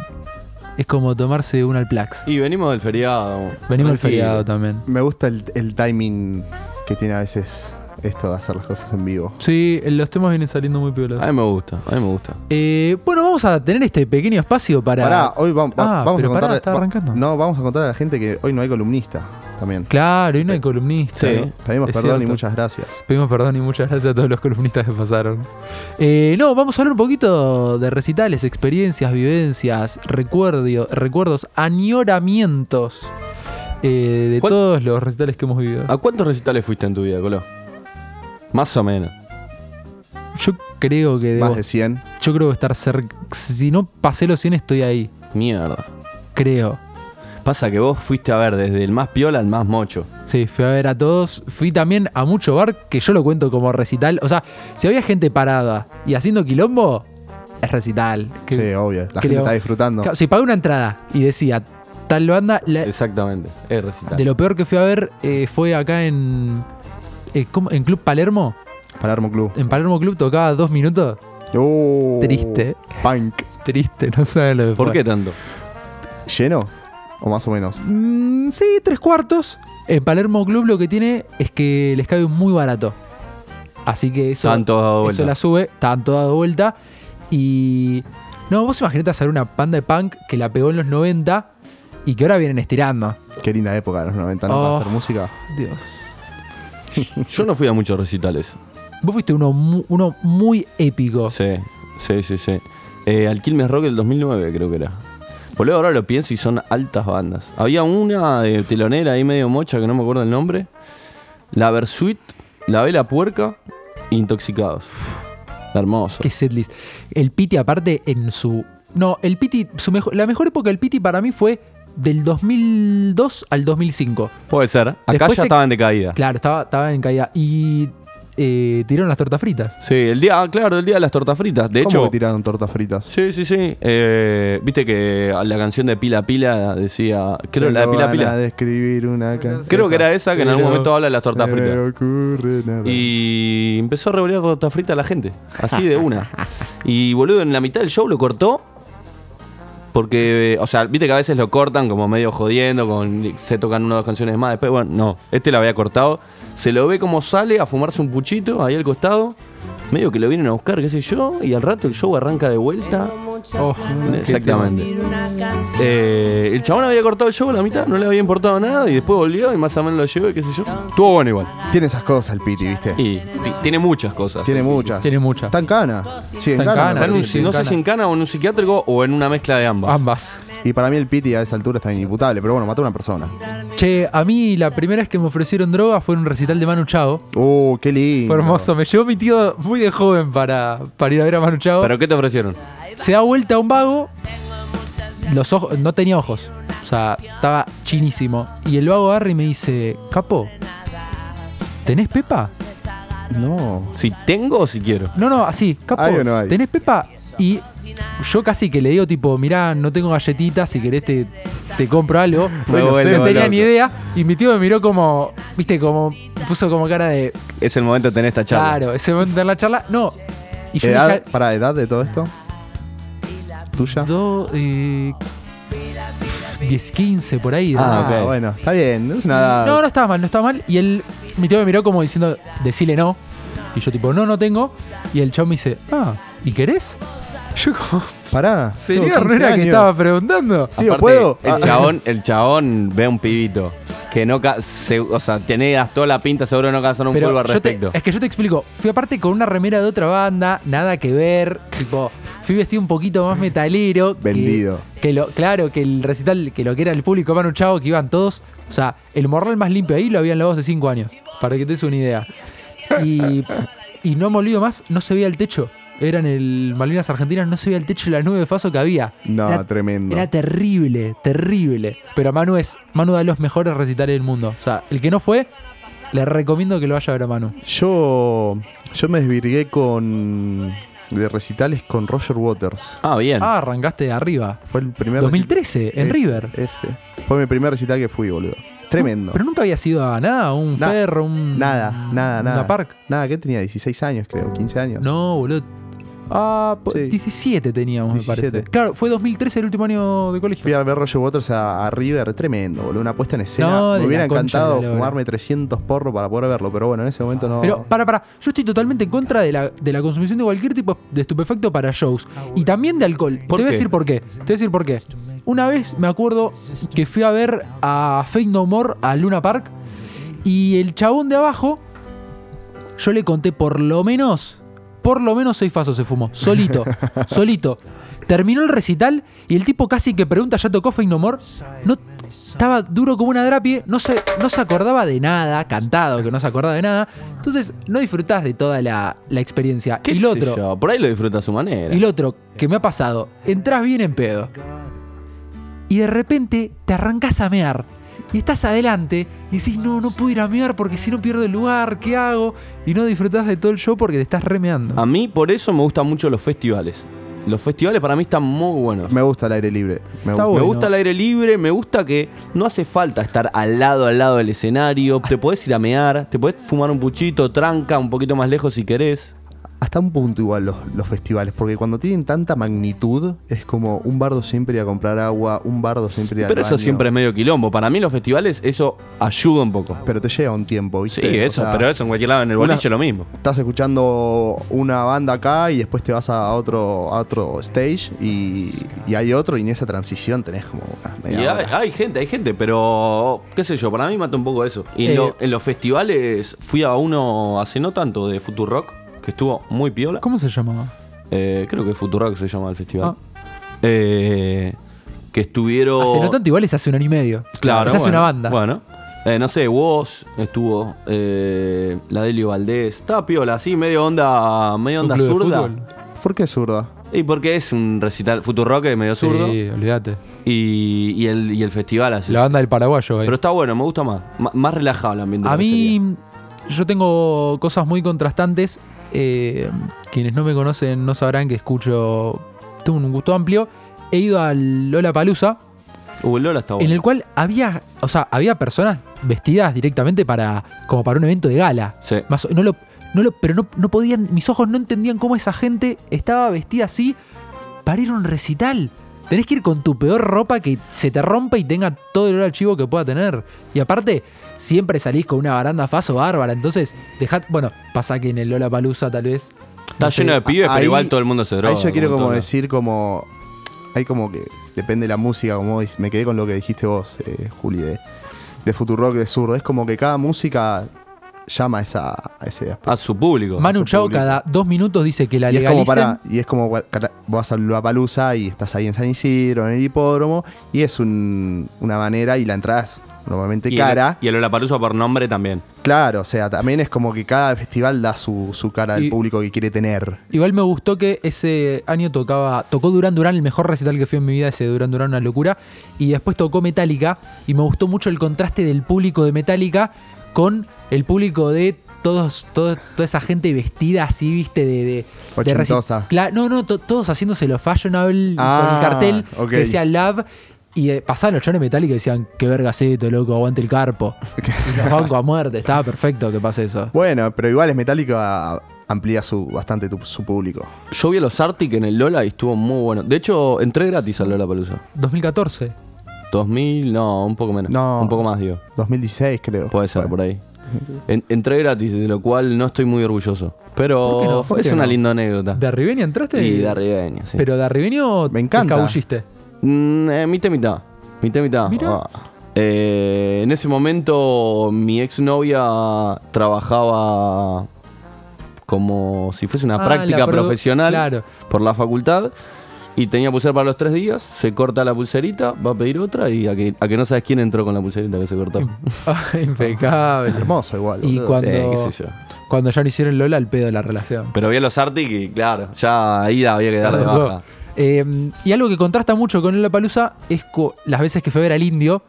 S8: es como tomarse un Alplax.
S10: Y venimos del feriado.
S8: Venimos
S10: Tranquilo.
S8: del feriado también.
S9: Me gusta el, el timing que tiene a veces esto de hacer las cosas en vivo.
S8: Sí, los temas vienen saliendo muy piolas.
S9: Ah, em.
S10: A mí me gusta, a mí me gusta.
S8: Eh, bueno, vamos a tener este pequeño espacio para.
S9: Pará, hoy va- va-
S8: Ah,
S9: vamos
S8: pero
S9: a
S8: pará,
S9: contar.
S8: está arrancando.
S9: No, vamos a contar a la gente que hoy no hay columnista también.
S8: Claro, y no hay columnista.
S9: Pedimos-
S8: ¿no?
S9: Pedimos
S8: Es
S9: perdón y
S8: cierto.
S9: muchas gracias.
S8: Pedimos perdón y muchas gracias a todos los columnistas que pasaron. Eh, no, vamos a hablar un poquito de recitales, experiencias, vivencias, recuerdio- recuerdos, añoramientos eh, de
S10: ¿Cuál-
S8: todos los recitales que hemos vivido.
S9: Ah.
S10: ¿A cuántos recitales fuiste en tu vida, Coló? Más o menos.
S8: Yo creo que debo,
S9: Más de 100.
S8: yo creo que estar cerca. Si no pasé los 100, estoy ahí.
S10: Mierda.
S8: Creo.
S10: Pasa que vos fuiste a ver desde el más piola al más mocho.
S8: Sí, fui a ver a todos. Fui también a mucho bar que yo lo cuento como recital. O sea, si había gente parada y haciendo quilombo, es recital. Que-
S9: Sí, obvio. La gente
S8: creo-
S9: está disfrutando.
S8: Claro, Si pagué una entrada y decía tal banda, la-
S10: Exactamente. Es recital.
S8: Eh, de lo peor que fui a ver eh, fue acá en. eh, ¿cómo? En Club Palermo.
S9: Palermo Club.
S8: En Palermo Club tocaba dos minutos.
S9: Oh,
S8: Triste.
S9: Punk.
S8: Triste, no sabes lo que
S10: ¿Por
S8: fue.
S10: qué tanto?
S9: ¿Lleno? ¿O más o menos?
S8: Mm, sí, tres cuartos. En Palermo Club lo que tiene es que les cae muy barato. Así que eso,
S10: Estaban todos dado vuelta.
S8: eso la sube, estaban todos dado vuelta. Y. No, vos imaginate hacer una banda de punk que la pegó en los 90 y que ahora vienen estirando.
S9: Qué linda época de los 90 ¿no?
S8: Oh.
S9: para hacer música.
S8: Dios.
S10: Yo no fui a muchos recitales.
S8: Vos fuiste uno, mu- uno muy épico.
S10: Sí, sí, sí, sí. Eh, al Quilmes Rock del 2009 creo que era. Por ahora lo pienso y son altas bandas. Había una de telonera ahí medio mocha que no me acuerdo el nombre. La Versuit, La Vela Puerca, Intoxicados. Hermoso.
S8: Qué setlist. El Piti, aparte, en su. No, el Piti. Su mejo- la mejor época del Piti para mí fue del 2002 al 2005.
S10: Puede ser. Acá
S8: Después
S10: ya
S8: se-
S10: estaban de caída.
S8: Claro, estaba, estaba en caída. Y eh, tiraron las tortas fritas.
S10: Sí, el día, ah, claro, el día de las tortas fritas. De
S8: ¿Cómo
S10: hecho.
S8: que
S9: tiraron tortas fritas?
S10: Sí, sí, sí. Eh, Viste que a la canción de Pila Pila decía. Creo la de
S9: Tengo
S10: Pila
S9: ganas
S10: Pila.
S9: de escribir una canción.
S10: Creo que era esa que en algún
S9: Pero
S10: momento habla de las tortas
S9: se me
S10: fritas.
S9: ocurre nada.
S10: Y empezó a revolear torta frita a la gente. Así de una. Y boludo, en la mitad del show lo cortó. Porque, eh, o sea, viste que a veces lo cortan como medio jodiendo, con, se tocan una o dos canciones más. Después, bueno, no, este lo había cortado. Se lo ve como sale a fumarse un puchito ahí al costado. Medio que lo vienen a buscar, qué sé yo. Y al rato el show arranca de vuelta. exactamente. Eh, el chabón había cortado el show a la mitad, no le había importado nada. Y después volvió y más o menos lo llevó y qué sé yo. Estuvo bueno igual.
S9: Tiene esas cosas el Piti, ¿viste?
S10: Y ti- tiene muchas cosas.
S9: Tiene muchas.
S8: Tiene muchas.
S9: Está en cana.
S10: Está
S9: Sí, en
S10: en
S9: cana. me
S10: cana,
S9: parece.
S10: está en un- no sé si en cana o en un psiquiátrico o en una mezcla de ambas.
S8: Ambas.
S9: Y para mí el Piti a esa altura está inimputable, pero bueno, mató a una persona.
S8: Che, a mí la primera vez que me ofrecieron droga fue en un recital de Manu Chao.
S9: Uh, qué lindo.
S8: Fue hermoso. Me llevó mi tío muy de joven para, para ir a ver a Manu Chao.
S10: ¿Pero qué te ofrecieron?
S8: Se da vuelta un vago. Los ojos. No tenía ojos. O sea, estaba chinísimo. Y el vago agarra y me dice: Capo, ¿tenés pepa?
S9: No.
S10: Si tengo o si quiero.
S8: No, no, así, capo.
S10: ¿Hay o no hay?
S8: ¿Tenés pepa? Y yo casi que le digo, tipo, mirá, no tengo galletitas, si querés te, te compro algo.
S10: Me
S8: no
S10: vuelvo
S8: no tenía
S10: loco.
S8: ni idea. Y mi tío me miró como, viste, como, puso como cara de,
S10: Es el momento de tener esta charla.
S8: claro, ese momento de la charla. No. Y yo
S9: ¿Edad?
S8: dije,
S9: ¿Para edad de todo esto?
S10: Ah.
S9: ¿Tuya?
S8: do- eh, 10, 15, por ahí.
S9: Ah,
S8: ¿no?
S9: bueno, está bien. No es nada.
S10: Ah.
S8: No, no estaba mal, no estaba mal. Y él, mi tío me miró como diciendo, decile no. Y yo, tipo, no, no tengo. Y el chavo me dice, ah, ¿y querés? Yo como...
S9: Pará.
S8: Sería
S9: tengo 15
S8: Herrera que
S9: años.
S8: estaba preguntando.
S10: Aparte, El chabón, el chabón ve a un pibito que no. ca- se- o sea, tenés toda la pinta, seguro no cazan un
S8: Pero
S10: polvo al
S8: yo te-
S10: respecto.
S8: es que yo te explico. Fui aparte con una remera de otra banda, nada que ver. tipo, fui vestido un poquito más metalero. que-
S9: Vendido.
S8: Que, lo, claro, que el recital, que lo que era el público Manu Chavo, que iban todos. O sea, el morral más limpio ahí lo habían lavado hace cinco años. Para que te des una idea. Y, y no me olvido más, no se veía el techo. Era en el Malvinas Argentinas, no se veía el techo y la nube de faso que había.
S9: No,
S8: Era-
S9: tremendo.
S8: Era terrible, terrible. Pero Manu es Manu da los mejores recitales del mundo. O sea, el que no fue, le recomiendo que lo vaya a ver a Manu.
S9: Yo, yo me desvirgué con. de recitales con Roger Waters.
S10: Ah, bien.
S8: Ah, arrancaste de arriba.
S9: Fue el primer.
S8: 2013,
S9: recital-
S8: en
S9: es-
S8: River.
S9: Ese. Fue mi primer recital que fui, boludo. Tremendo.
S8: Pero nunca había sido a nada, un
S9: Na-
S8: ferro, un.
S9: Nada, nada, nada.
S8: Una Mm. park.
S9: Nada, que tenía 16 años, creo, 15 años.
S8: No, boludo. Ah, po-
S9: Sí.
S8: 17 teníamos,
S9: 17.
S8: me parece. Claro, fue 2013 el último año de colegio.
S9: Fui a ver Roger Waters a, a River, tremendo, boludo. Una puesta en escena.
S8: No, de
S9: Me
S8: la
S9: hubiera
S8: concha de la
S9: encantado
S8: lora.
S9: fumarme 300 porros para poder verlo, pero bueno, en ese momento no.
S8: Pero, para, para, yo estoy totalmente en contra de la, de la consumición de cualquier tipo de estupefacto para shows. Y también de alcohol. Te
S10: Ah, ¿Por
S8: voy a
S10: qué?
S8: decir por qué. Te voy a decir por qué. Una vez me acuerdo que fui a ver a Fake No More a Luna Park y el chabón de abajo, yo le conté por lo menos, por lo menos seis fasos se fumó. Solito, solito. Terminó el recital y el tipo casi que pregunta, ¿ya tocó Fake No More? No, estaba duro como una drapie, no se, no se acordaba de nada, cantado que no se acordaba de nada. Entonces no disfrutás de toda la, la experiencia.
S10: ¿Qué
S8: y lo
S10: sé
S8: otro,
S10: yo? Por ahí lo disfruta a su manera.
S8: y lo otro que me ha pasado, entras bien en pedo. Y de repente te arrancas a mear. Y estás adelante y decís, no, no puedo ir a mear porque si no pierdo el lugar, ¿qué hago? Y no disfrutás de todo el show porque te estás remeando.
S10: A mí, por eso me gustan mucho los festivales. Los festivales para mí están muy buenos.
S9: Me gusta el aire libre. Me
S8: Está
S9: gusta.
S8: bueno.
S10: Me gusta el aire libre, me gusta que no hace falta estar al lado, al lado del escenario. Te podés ir a mear, te podés fumar un puchito, tranca, un poquito más lejos si querés.
S9: Hasta un punto igual los, los festivales, porque cuando tienen tanta magnitud, es como un bardo siempre ir a comprar agua, un bardo siempre ir a
S10: Pero eso siempre es medio quilombo. Para mí los festivales eso ayuda un poco.
S9: Pero te lleva un tiempo,
S10: Sí,
S9: ¿viste? O
S10: eso,
S9: sea,
S10: pero eso en cualquier lado, en el
S9: una-
S10: boliche lo mismo.
S9: Estás escuchando una banda acá y después te vas a otro, a otro stage y, y hay otro y en esa transición tenés como una
S10: Y
S9: media hora.
S10: hay, hay gente, hay gente, pero qué sé yo, para mí mata un poco eso. Y en,
S8: Eh.
S10: lo- en los festivales fui a uno hace no tanto de Futurock, que estuvo muy piola.
S8: ¿Cómo se llamaba?
S10: Eh, creo que Futurock se llama el festival. Eh, que estuvieron...
S8: Hace no tanto igual es hace un año y medio.
S10: Oh. Claro.
S8: Es hace
S10: bueno,
S8: una banda.
S10: Bueno. Eh, no sé, vos estuvo, eh, la Delio Valdés. Estaba piola, así, medio onda, medio onda
S8: club de
S10: zurda.
S8: fútbol.
S9: ¿Por qué zurda?
S10: Y porque es un recital Futurock es medio
S8: Sí,
S10: zurdo.
S8: olvídate.
S10: Y, y el, y el festival así.
S8: La banda del paraguayo, eh.
S10: Pero está bueno, me gusta más. M- más relajado el ambiente. de
S8: A
S10: la
S8: mí, Yo tengo cosas muy contrastantes. eh, quienes no me conocen no sabrán que escucho. Tengo un gusto amplio. He ido al Lola Palusa.
S10: Hubo Uh, el Lola
S9: Ah,
S10: está bueno.
S8: En el cual había, o sea, había personas vestidas directamente para como para un evento de gala.
S10: Sí.
S8: Más- no lo, no lo- pero no, no podían, mis ojos no entendían cómo esa gente estaba vestida así para ir a un recital. Tenés que ir con tu peor ropa que se te rompa y tenga todo el olor al chivo que pueda tener. Y aparte, siempre salís con una baranda faso bárbara. Entonces, dejad. Bueno, pasa que en el Lola Palusa tal vez.
S10: Está lleno de pibes, pero
S9: Ahí-
S10: igual todo el mundo se droga.
S9: Ahí yo quiero
S10: como
S9: como
S10: todo.
S9: decir como... Hay como que depende de la música, como hoy- me quedé con lo que dijiste vos, eh, Juli, de, de Futurock, de Zurdo. Es como que cada música llama a, esa, a ese aspecto.
S10: A su público.
S8: Manu
S9: su
S8: Chao
S9: público.
S8: cada dos minutos dice que la
S9: Y es,
S8: legalicen.
S9: como para, y es como para- vas a la palusa y estás ahí en San Isidro, en el hipódromo, y es un- una manera, y la entrada es normalmente
S10: Y el-
S9: cara.
S10: Y el Olapalooza por nombre también.
S9: Claro, o sea, también es como que cada festival da su, su cara al
S8: Y-
S9: público que quiere tener.
S8: Igual me gustó que ese año tocaba, tocó Durán Durán, el mejor recital que fui en mi vida, ese Durán Durán, una locura. Y después tocó Metallica y me gustó mucho el contraste del público de Metallica con el público de todos, todo- toda esa gente vestida así, viste, de... de- de reci-
S9: Ochentosa.
S8: Cla- no, no, to- todos haciéndose lo fashionable
S9: Ah,
S8: con el cartel
S9: ok.
S8: que decía Love. Y eh, pasaban los chones Metallica y decían, qué verga es esto, loco, aguante el carpo. Y los banco a muerte, estaba perfecto que pase eso.
S9: Bueno, pero igual es Metallica amplía su, bastante tu- su público.
S10: Yo vi a los Arctic en el Lola y estuvo muy bueno. De hecho, entré gratis al Lola Palusa.
S8: 2014.
S10: 2000, no, un poco menos.
S9: No.
S10: Un poco más, digo.
S9: 2016 creo.
S10: Puede ser, por ahí. En- entré gratis, de lo cual no estoy muy orgulloso. Pero
S8: ¿Por qué no? ¿Por
S10: es
S8: qué
S10: una
S8: no?
S10: linda anécdota.
S8: ¿De Arribeni entraste?
S10: y de Arribeña, sí.
S8: Pero de Arribeño
S9: Me
S8: te
S9: encanta.
S8: escabulliste.
S10: Mm, eh, mitad, y mitad. Mitad, y mitad. Ah.
S8: Mirá.
S10: Eh, en ese momento, mi exnovia trabajaba como si fuese una
S8: Ah, la
S10: práctica
S8: produ-
S10: profesional
S8: claro.
S10: por la facultad. Y tenía pulsera para los tres días, se corta la pulserita, va a pedir otra y a que, a que no sabes quién entró con la pulserita que se cortó.
S8: Ah, Impecable.
S9: Hermoso igual.
S8: Y
S9: boludo.
S8: cuando,
S10: qué sé yo.
S8: cuando ya no hicieron Lola, al pedo la relación.
S10: Pero vi a los Arctic y claro, ya ahí la había que dar de
S8: Perdón,
S10: baja.
S8: Eh, y algo que contrasta mucho con la palusa es cu- las veces que fue a ver al indio.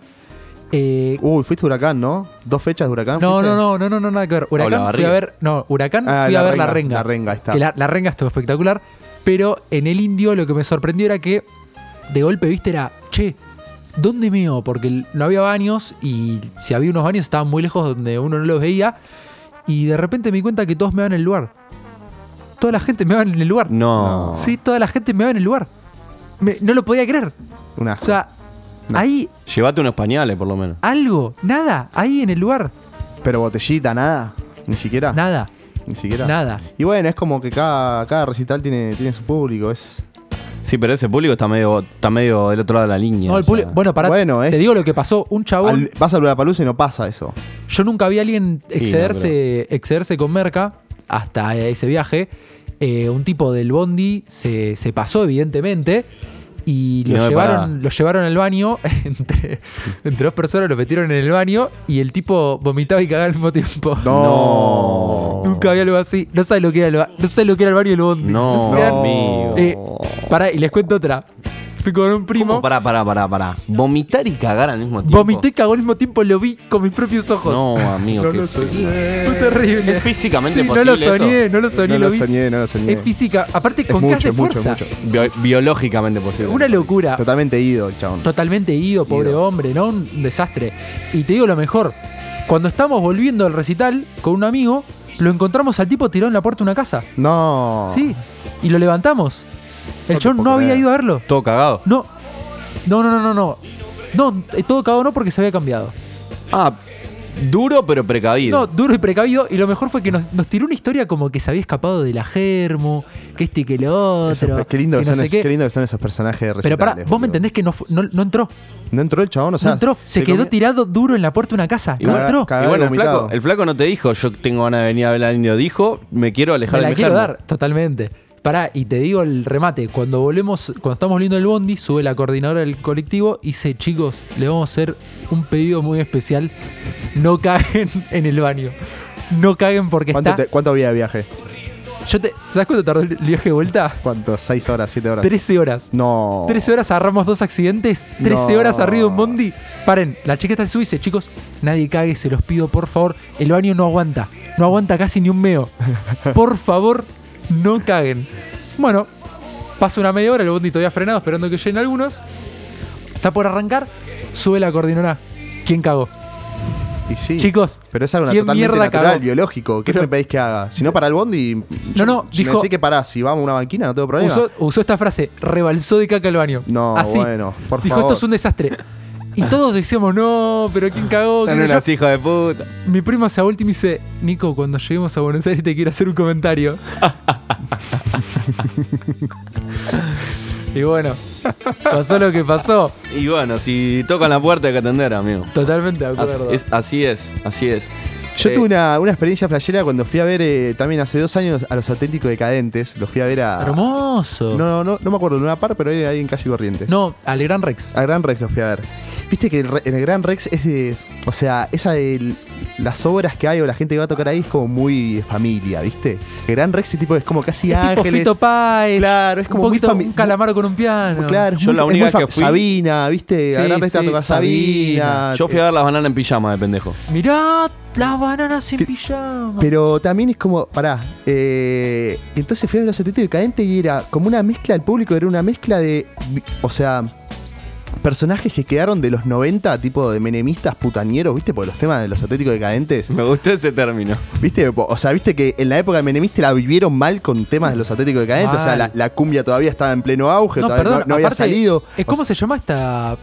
S8: Eh,
S9: Uy, fuiste Huracán, ¿no? Dos fechas de Huracán.
S8: no,
S9: Ah, fuiste?
S8: no, no, no, no, no, nada que ver. Huracán
S10: la
S8: fui a
S10: barriga.
S8: ver. No, Huracán
S9: Ah,
S8: fui a
S9: la
S8: ver la
S9: renga,
S8: renga.
S9: la renga, ahí está.
S8: Que la, la renga estuvo espectacular. Pero en el indio lo que me sorprendió era que de golpe, viste, era, che, ¿dónde meo? Porque l- no había baños y si había unos baños estaban muy lejos donde uno no los veía. Y de repente me di cuenta que todos me van en el lugar. Toda la gente me va en el lugar.
S10: No.
S8: Sí, toda la gente me va en el lugar. Me- no lo podía creer.
S9: Un
S8: O
S9: asco.
S8: sea, ahí
S10: Llévate unos pañales por lo menos.
S8: algo, nada, ahí en el lugar,
S9: pero botellita, nada. Ni siquiera.
S8: nada,
S9: Ah. Ni siquiera.
S8: nada.
S9: Y bueno, es como que cada, cada recital tiene, tiene su público. Es,
S10: Sí, pero ese público está medio, está medio del otro lado de la línea.
S8: No, el
S10: o sea.
S8: público- bueno, pará,
S9: Bueno,
S8: te
S9: es-
S8: digo lo que pasó. Un chabón,
S9: Al- vas a la palusa y no pasa eso.
S8: yo nunca vi a alguien
S10: no,
S8: excederse, excederse con merca hasta ese viaje. Eh, un tipo del bondi se, se pasó, evidentemente, y
S10: Y
S8: lo,
S10: no me paraba.
S8: llevaron, lo llevaron al baño. entre, entre dos personas lo metieron en el baño y el tipo vomitaba y cagaba al mismo tiempo.
S9: No.
S8: Nunca había algo así. No sabes lo que era el, ba- no sabes lo que era el baño del bondi.
S10: No,
S8: sean-
S10: amigo.
S8: Eh, pará, y les cuento otra. Fui con un primo.
S10: ¿Cómo? Pará, pará, pará, pará. Vomitar y cagar al mismo tiempo.
S8: Vomité y cagó al mismo tiempo, lo vi con mis propios ojos.
S10: No, amigo. qué
S8: Fue terrible.
S10: Eh, ¿Es físicamente
S8: Sí,
S10: posible
S8: No lo soñé, no lo soñé,
S9: no
S8: lo,
S9: lo
S8: vi.
S9: soñé, no lo soñé.
S8: Es física. Aparte,
S9: Es
S8: ¿con qué hace
S9: mucho, mucho,
S8: fuerza?
S9: mucho.
S10: Bio- biológicamente posible.
S8: Una
S9: Ah.
S8: locura.
S9: Totalmente ido el chabón.
S8: Totalmente ido, pobre
S9: Ido.
S8: hombre, ¿no? Un desastre. Y te digo lo mejor. Cuando estamos volviendo al recital con un amigo, lo encontramos al tipo tirado en la puerta de una casa.
S9: no.
S8: Sí. Y lo levantamos. El
S9: Ah. No te
S8: chon
S9: puedo
S8: no había
S9: creer.
S8: ido a verlo.
S10: Todo cagado.
S8: No. No, no, no, no, no. No, eh, todo cagado no porque se había cambiado.
S10: Ah, duro pero precavido.
S8: No, duro y precavido. Y lo mejor fue que nos, nos tiró una historia como que se había escapado de la germo, que este y que lo
S9: Esos-
S8: otro.
S9: qué, lindo
S8: que
S9: que
S8: no
S9: son
S8: sé
S9: esos-
S8: qué.
S9: qué lindo que son esos personajes de
S8: Pero
S9: recitales.
S8: pará, vos
S9: boludo.
S8: me entendés que no, fu- no, no entró.
S9: No entró el chabón, o sea.
S8: no entró. Se quedó
S9: comió-
S8: tirado duro en la puerta de una casa.
S10: Y
S8: no
S10: bueno,
S8: entró.
S9: cagado
S10: y bueno, el
S9: vomitado.
S10: flaco, el flaco no te dijo, yo tengo ganas de venir a ver al indio. Dijo, me quiero alejar
S8: Me
S10: de
S8: la
S10: mi
S8: quiero
S10: germo.
S8: dar, totalmente. Pará, y te digo el remate. Cuando volvemos, cuando estamos volviendo el bondi, sube la coordinadora del colectivo y dice, chicos, le vamos a hacer un pedido muy especial. No caguen en el baño. No caguen porque
S9: ¿Cuánto,
S8: está...
S9: te- cuánto había de viaje?
S8: Yo te... ¿Sabes cuánto tardó el viaje de vuelta?
S9: ¿Cuánto? ¿Seis horas? ¿Siete horas?
S8: 13 horas.
S9: No.
S8: 13 horas agarramos dos accidentes, 13
S9: No.
S8: horas arriba de un bondi. Paren, la chica está en su y dice, chicos, nadie cague, se los pido, por favor. El baño no aguanta. no aguanta casi ni un meo. Por favor, no caguen. Bueno, pasa una media hora, el bondi todavía frenado, esperando que lleguen algunos. Está por arrancar, sube la coordinora. ¿Quién cagó?
S9: Y sí.
S8: Chicos,
S9: Pero es algo
S8: ¿quién
S9: totalmente
S8: mierda
S9: natural,
S8: cagó?
S9: biológico. ¿Qué
S8: Pero-
S9: me pedís que haga? Si no para el bondi.
S8: No, no,
S9: yo
S8: dijo-
S9: Me decís que pará, si vamos a una banquina, no tengo problema.
S8: usó, usó esta frase, rebalsó de caca el baño.
S9: No,
S8: Así.
S9: bueno, por
S8: Dijo,
S9: favor.
S8: esto es un desastre. Y todos decíamos, no, pero ¿quién cagó? ¿Qué
S10: Son
S8: sé yo?".
S10: unos hijos de puta.
S8: Mi prima se ha vuelto y me dice, Nico, cuando lleguemos a Buenos Aires te quiero hacer un comentario. y bueno, pasó lo que pasó.
S10: Y bueno, si tocan la puerta hay que atender, amigo.
S8: Totalmente de
S9: Ah,
S10: Así
S8: acuerdo.
S10: es, así es. Así es.
S9: Yo
S10: Eh,
S9: tuve una, una experiencia flashera cuando fui a ver eh, también hace dos años a los auténticos decadentes. Los fui a ver a.
S8: Hermoso. No,
S9: No, no, no, no me acuerdo, en una par, pero era ahí en calle Corrientes.
S8: al Gran Rex.
S9: A Gran Rex los fui a ver. Viste que el, re- en el Gran Rex es de. O sea, esa de las obras que hay o la gente que va a tocar ahí es como muy familia, ¿viste? El Gran Rex es tipo, es como casi
S8: Es tipo
S9: ángeles.
S8: Fito Páez.
S9: Claro, es como
S8: un
S9: muy
S8: poquito
S9: fami-
S8: un calamaro con un piano.
S9: Claro, es
S10: Yo
S9: muy-
S10: la
S9: es muy
S10: única
S9: fa-
S10: que fui-
S9: Sabina, ¿viste? A
S8: Sí,
S9: Gran Rex te va a
S8: sí,
S9: tocar
S8: Sabina.
S9: Sabina.
S10: Yo fui a ver las bananas en pijama de pendejo.
S8: Mirá las bananas en pijama.
S9: Pero también es como, pará, eh, entonces fui a ver los 70 decadente y era como una mezcla, el público era una mezcla de, o sea, personajes que quedaron de los 90, tipo de menemistas putañeros, ¿viste? Por los temas de los atléticos decadentes.
S10: Me gustó ese término.
S9: ¿Viste? Po- O sea, viste que en la época de menemista la vivieron mal con temas de los atléticos decadentes. O sea,
S8: Mal.
S9: la, la cumbia todavía estaba en pleno auge,
S8: no,
S9: todavía
S8: perdón,
S9: no, no había
S8: aparte,
S9: salido.
S8: eh,
S9: O
S8: ¿Cómo se llama esta,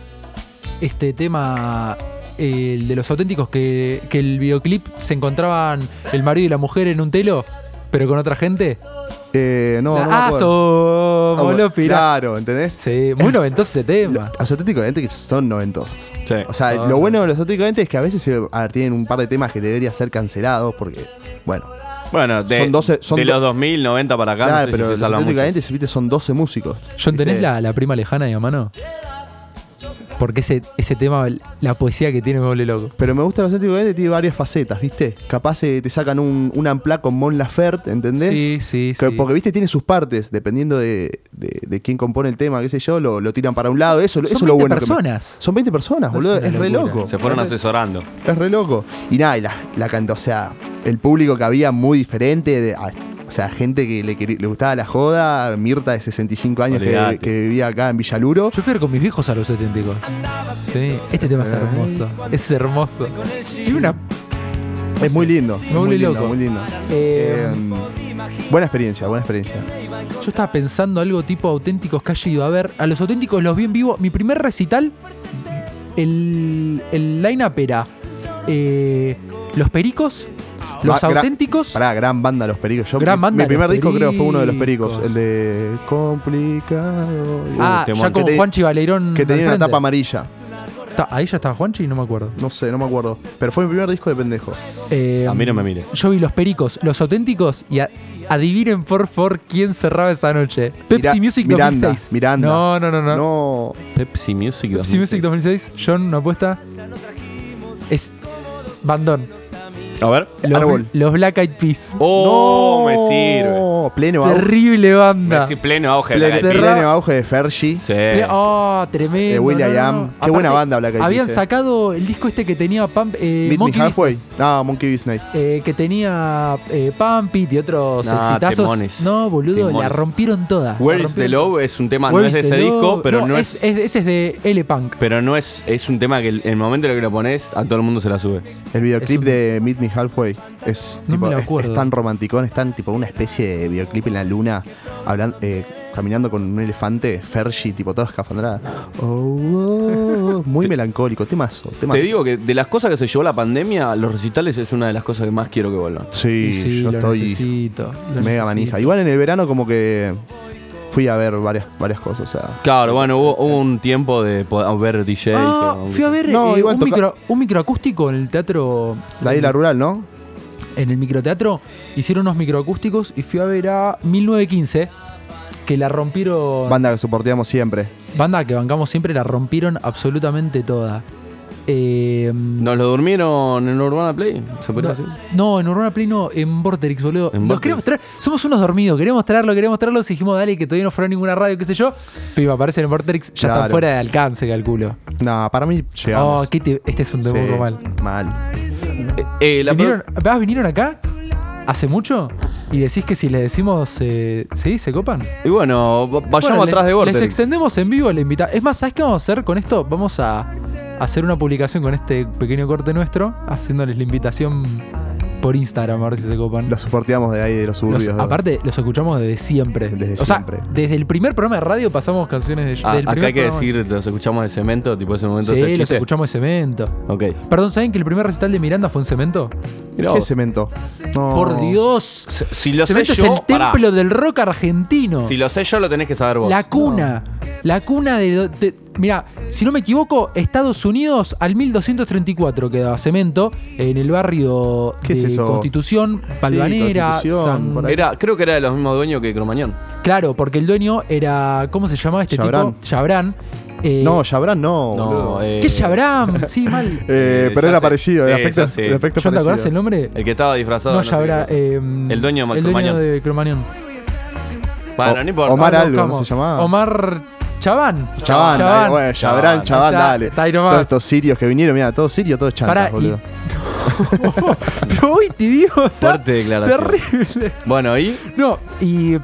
S8: este tema? eh, El de los auténticos que, que el videoclip se encontraban el marido y la mujer en un telo, pero con otra gente.
S9: sea, eh, no, no me
S8: ah,
S9: acuerdo.
S8: somos
S9: Como-
S8: los piratas.
S9: Claro, ¿entendés?
S8: Sí, muy noventoso ese tema.
S9: Los atléticos decadentes que son noventosos.
S10: Sí.
S9: O sea,
S8: Ah.
S9: lo bueno de los Óticamente es que a veces se- a ver, tienen un par de temas que deberían ser cancelados porque, bueno,
S10: Bueno, de,
S9: Son 12 son
S10: de
S9: do-
S10: los 2000, 90 para acá,
S9: claro,
S10: no sé si
S9: pero
S10: se
S9: los
S10: salva mucho.
S9: Óticamente, si viste, son 12 músicos.
S8: John, ¿tenés
S9: ¿viste?
S8: la, la prima lejana de a mano? Porque ese, ese tema, la poesía que tiene me vuelve loco.
S9: Pero me gusta los Óticamente, tiene varias facetas, ¿viste? Capaz eh, te sacan un, un amplá con Mon Laferte, ¿entendés?
S8: Sí, sí,
S9: Que-
S8: sí.
S9: Porque, viste, tiene sus partes, dependiendo de, de- de quién compone el tema, qué sé yo, lo, lo tiran para un lado. Eso,
S8: Son
S9: eso es lo
S8: 20
S9: bueno. que me-
S8: personas.
S9: son 20 personas,
S8: Es
S9: boludo.
S8: una
S9: Es, re
S8: locura.
S9: loco.
S10: Se fueron
S9: Es re-
S10: asesorando.
S9: Es re loco. Y nada, y la, la canta, o sea, el público que había muy diferente. de- a- o sea, gente que le, queri- le gustaba la joda, Mirta de 65 años que,
S10: Olvidate.
S9: que vivía acá en Villaluro.
S8: Yo fui a ver con mis viejos a los auténticos. Sí, este tema es
S9: Eh.
S8: hermoso. Es hermoso. Y una.
S9: Es muy lindo.
S8: Me volví
S9: muy lindo,
S8: loco.
S9: muy lindo.
S8: eh,
S9: Eh, buena experiencia, buena experiencia.
S8: Yo estaba pensando algo tipo auténticos que haya ido a ver. A los auténticos los vi en vivo. Mi primer recital, el, el line-up era eh, Los Pericos, Los
S9: Ah, gra-
S8: Auténticos.
S9: Pará, gran banda Los Pericos. Yo,
S8: Gran
S9: mi-
S8: banda
S9: mi primer
S8: Los
S9: disco creo fue uno de Los Pericos,
S8: Pericos.
S9: el de Complicado.
S8: ah,
S10: temón.
S8: ya con
S9: Que Uh, te-
S8: Juanchi Valerón.
S9: que
S8: al
S9: tenía una
S8: frente.
S9: tapa amarilla.
S8: Ta- Ahí ya estaba Juanchi, no me acuerdo.
S9: No sé, no me acuerdo. Pero fue mi primer disco de pendejos.
S8: Eh,
S10: A mí no me mire.
S8: Yo vi Los Pericos, Los Auténticos y a- adivinen por favor quién cerraba esa noche. Pepsi
S9: Mira-
S8: Music
S9: Miranda,
S8: 2006.
S9: Miranda.
S8: No, no, no, no.
S9: No.
S10: Pepsi Music.
S8: Pepsi Music 2006, John, ¿no apuesta? Es Bandón.
S10: A ver.
S8: Los,
S9: Árbol.
S8: los Black Eyed Peas.
S10: Oh, me sirve.
S9: No, pleno auge.
S8: Terrible
S10: Me
S8: banda.
S10: sirve pleno auge.
S9: Pleno,
S10: la de-
S8: Cerrá-
S9: pleno auge de Fergie.
S10: Sí.
S8: Ple- Oh, tremendo.
S9: De Will eh. I Am. Qué buena banda Black Eyed Peas,
S8: Habían
S9: eh.
S8: sacado el disco este que tenía Pump, eh,
S9: Meet Me
S8: Monkey
S9: Halfway.
S8: Business.
S9: No, Monkey Business.
S8: eh, que tenía eh, Pampit y otros
S10: Nah,
S8: exitazos.
S10: temones.
S8: No, boludo,
S10: Temones.
S8: la rompieron toda.
S10: Where
S8: La
S10: is the
S8: rompieron toda.
S10: Love es un tema, no
S8: Where
S10: es de
S8: is the
S10: ese
S8: Love?
S10: disco, pero no, es,
S8: es- Ese es de L-Punk.
S10: Pero no es, es un tema que el, el momento en el que lo pones, a todo el mundo se la sube.
S9: El
S8: Es
S9: videoclip
S8: un-
S9: de Meet Me Halfway es,
S8: No
S9: tipo,
S8: me lo
S9: es-
S8: acuerdo.
S9: es tan romanticón, es tan tipo una especie de videoclip en la luna, hablan- eh, caminando con un elefante, Fergie, tipo toda escafandrada. Oh, oh, oh, muy melancólico, temazo, temazo.
S10: Te digo que de las cosas que se llevó la pandemia, los recitales es una de las cosas que más quiero que vuelvan.
S9: Sí,
S8: Y sí,
S9: yo
S8: lo
S9: estoy
S8: necesito. lo
S9: mega
S8: necesito.
S9: manija. Igual en el verano como que fui a ver varias, varias cosas, o sea...
S10: Claro, bueno, hubo, hubo un tiempo de poder ver DJs.
S8: Ah,
S10: o-
S8: fui a ver
S9: No,
S8: eh,
S9: igual
S8: un,
S9: toca-
S8: micro, un microacústico en el teatro.
S9: La isla rural, ¿no?
S8: En el microteatro hicieron unos microacústicos y fui a ver a 1915, que la rompieron.
S9: Banda que soporteamos siempre.
S8: banda que bancamos siempre, la rompieron absolutamente toda. Eh,
S10: ¿Nos lo durmieron en Urbana Play? ¿Se podría
S8: No,
S10: decir?
S8: no, en Urbana Play no, en Vorterix, boludo.
S10: En
S8: Los
S10: Vorterix.
S8: queremos traer, somos unos dormidos, queremos traerlo, queremos traerlo. y Dijimos, dale, que todavía no fuera ninguna radio, qué sé yo. Pero aparecen en Vorterix, ya están
S9: Claro.
S8: fuera de alcance, calculo.
S9: No, para mí llegamos.
S8: Oh, qué te- este es un
S9: Sí,
S8: debut mal.
S9: Mal.
S10: Eh, la
S8: ¿Vinieron, ah, ¿Vinieron acá? hace mucho y decís que si les decimos, eh, ¿sí? ¿Se copan?
S10: Y bueno, va- vayamos
S8: Bueno, les-
S10: atrás de
S8: Les
S10: Vorterix.
S8: extendemos en vivo la invitación. Es más, ¿sabes qué vamos a hacer con esto? Vamos a hacer una publicación con este pequeño corte nuestro, haciéndoles la invitación por Instagram, a ver si se copan.
S9: Los soporteamos de ahí, de los
S8: Los-
S9: suburbios. ¿no?
S8: aparte, los escuchamos desde siempre.
S9: Desde
S8: o sea,
S9: siempre.
S8: desde el primer programa de radio pasamos canciones de,
S10: Ah,
S8: del
S10: acá
S8: primer
S10: hay que
S8: programa.
S10: decir, los escuchamos de cemento, tipo ese momento.
S8: Sí,
S10: este
S8: los
S10: chiste.
S8: escuchamos de cemento.
S10: Ok.
S8: Perdón, ¿saben que el primer recital de Miranda fue en cemento?
S10: Mirá
S9: ¿Qué
S10: vos.
S9: cemento? No.
S8: oh, Por Dios.
S10: Si- Si lo sé
S8: cemento es
S10: yo,
S8: el
S10: pará.
S8: templo del rock argentino.
S10: Si lo sé yo, lo tenés que saber vos.
S8: La cuna. La cuna de, de- Mirá, si no me equivoco, Estados Unidos al 1234 quedaba cemento en el barrio
S9: ¿Qué
S8: de
S9: es eso?
S8: Constitución, Palvanera,
S9: Constitución,
S8: San-
S9: por ahí.
S10: Era, creo que era de los mismos dueños que Cromañón.
S8: Claro, porque el dueño era. ¿Cómo se llamaba este
S9: Chabrán.
S8: tipo? Chabrán. Eh,
S9: No, Chabrán no. boludo. eh,
S10: eh,
S8: ¿Qué Chabrán? Sí, mal.
S10: ya
S9: pero era
S10: sé.
S9: parecido, el
S10: Sí,
S9: aspecto,
S10: ya sé.
S9: el aspecto
S8: ¿Yo te acordás
S9: parecido.
S8: el nombre?
S10: El que estaba disfrazado.
S8: no,
S10: sé
S8: Chabrán.
S10: qué
S8: eh,
S10: El dueño de
S8: el dueño
S10: Cromañón.
S8: de Cromañón.
S10: Bueno,
S9: O-
S10: no importa.
S9: Omar
S8: Ah,
S9: algo,
S8: buscamos.
S9: ¿no se llamaba?
S8: Omar Chaván.
S9: Chaván, dale, bueno,
S10: Ah,
S9: Chabrán,
S8: Chaván.
S9: Chaván,
S8: Está-
S9: dale.
S8: está ahí nomás.
S9: Todos estos sirios que vinieron, mira, todos sirios, todos chantas,
S8: Pará, y-
S9: boludo.
S8: Pero hoy te digo, está
S10: Fuerte declaración.
S8: terrible.
S10: Bueno, y
S8: No, y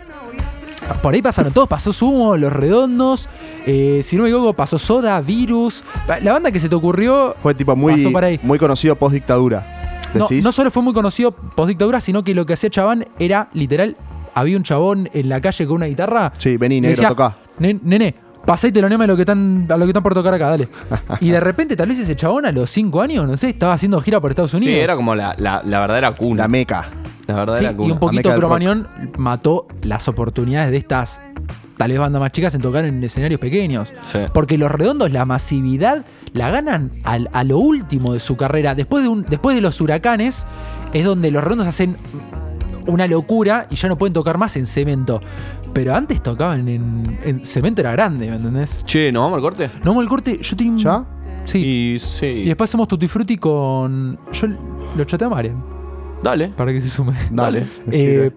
S8: por ahí pasaron todos. Pasó Sumo, Los Redondos, eh, si no me equivoco, pasó Soda, Virus. La banda que se te ocurrió
S9: Fue tipo
S8: Pasó
S9: muy,
S8: por ahí.
S9: muy conocido post dictadura.
S8: No,
S9: ¿Decís?
S8: no solo fue muy conocido post dictadura, sino que lo que hacía Chabán era literal. Había un chabón en la calle con una guitarra.
S9: Sí, vení,
S8: le
S9: negro,
S8: decía,
S9: tocá.
S8: "Nen- Nene, pasá y te lo nema a lo que están, a lo que están por tocar acá, dale. y de repente, tal vez ese chabón a los 5 años, no sé, estaba haciendo gira por Estados Unidos.
S10: sí, era como la, la, la verdadera cuna.
S9: La meca.
S10: La
S8: Sí,
S10: verdadera cuna.
S8: y un
S9: Meca
S8: poquito
S9: del rock.
S8: Cromañón mató las oportunidades de estas tal vez bandas más chicas en tocar en escenarios pequeños.
S10: Sí.
S8: Porque los redondos, la masividad, la ganan al- a lo último de su carrera. Después de, un, después de los huracanes, es donde los redondos hacen una locura y ya no pueden tocar más en cemento. Pero antes tocaban en, en cemento, era grande, ¿me entendés?
S10: Che, ¿nos vamos al corte?
S8: No, el corte, yo tengo un-
S9: ¿Ya?
S8: Sí.
S10: Y sí.
S8: Y, después hacemos Tutti Frutti con. Yo lo chateé a Marian
S10: Dale.
S8: para que se sume.
S10: Dale.
S8: Eh,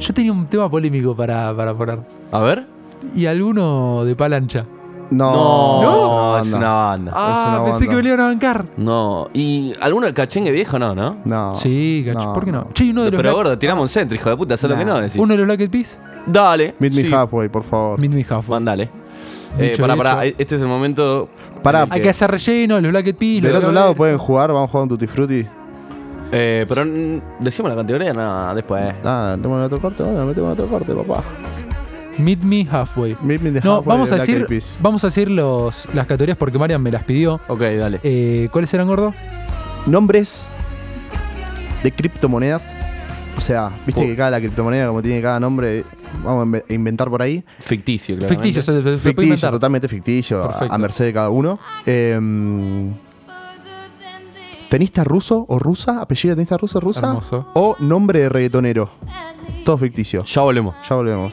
S8: yo tenía un tema polémico para, para poner.
S10: A ver.
S8: Y alguno de palancha.
S9: No,
S10: es una banda.
S8: Ah,
S9: una
S8: pensé
S9: banda.
S8: que me lo iban a bancar.
S10: No. ¿Y alguno de cachengue viejo? No, ¿no?
S9: No.
S8: sí, gacho,
S9: no,
S8: ¿por qué no? Che, y uno de los
S10: Pero
S8: Black,
S10: gordo, tiramos un centro, hijo de puta. Solo
S9: Nah.
S10: que no decís.
S8: uno de los Black Eyed Peas,
S10: Dale.
S9: Meet me
S10: sí.
S9: halfway, por favor.
S8: Meet Me Halfway.
S10: Mandale. Eh,
S8: Dicho
S10: pará,
S8: hecho.
S10: pará. Este es el momento.
S9: Pará.
S10: en el
S8: Hay que hacer relleno, los Black Eyed Peas.
S9: Del
S8: los
S9: otro
S8: Black-
S9: lado pueden jugar, vamos a jugar un Tutti Frutti.
S10: Eh, pero mm, decimos la categoría, no, después.
S9: Nada, metemos en otro corte, bueno, metemos en otro corte, papá.
S8: Meet Me Halfway.
S9: pues. Meet me in the
S8: No,
S9: halfway
S8: vamos a
S9: de Black Eyed
S8: decir,
S9: Peas.
S8: vamos a decir los, las categorías porque Marian me las pidió.
S10: Ok, dale.
S8: Eh, ¿Cuáles eran, gordo?
S9: Nombres de criptomonedas. O sea, viste
S10: Oh.
S9: que cada la criptomoneda, como tiene cada nombre, vamos a inve- inventar por ahí.
S10: Ficticio, claro.
S8: Ficticios, se, se- se puede
S9: Ficticio,
S8: inventar.
S9: totalmente ficticio, a-
S8: Perfecto.
S9: a merced de cada uno. Em, ¿Tenista ruso o rusa? ¿Apellido de tenista ruso o rusa?
S8: Hermoso.
S9: ¿O nombre de reggaetonero? Todo ficticio.
S10: Ya volvemos.
S9: Ya volvemos.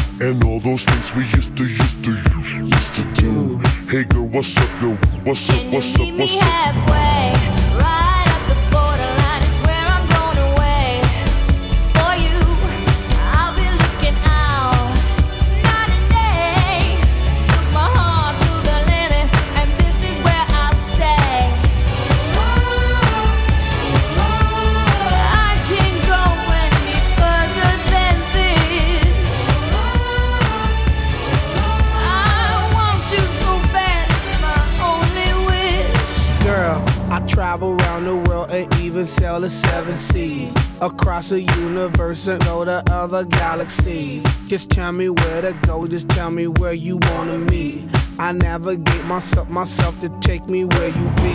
S12: And all those things we used to, used to, used to do. Hey girl, what's up, girl? What's up, what's up, what's up?
S7: Girl, I travel around the world and even sail the seven seas. Across the universe and go to other galaxies. Just tell me where to go, just tell me where you wanna meet. I navigate myself, myself to take me where you be.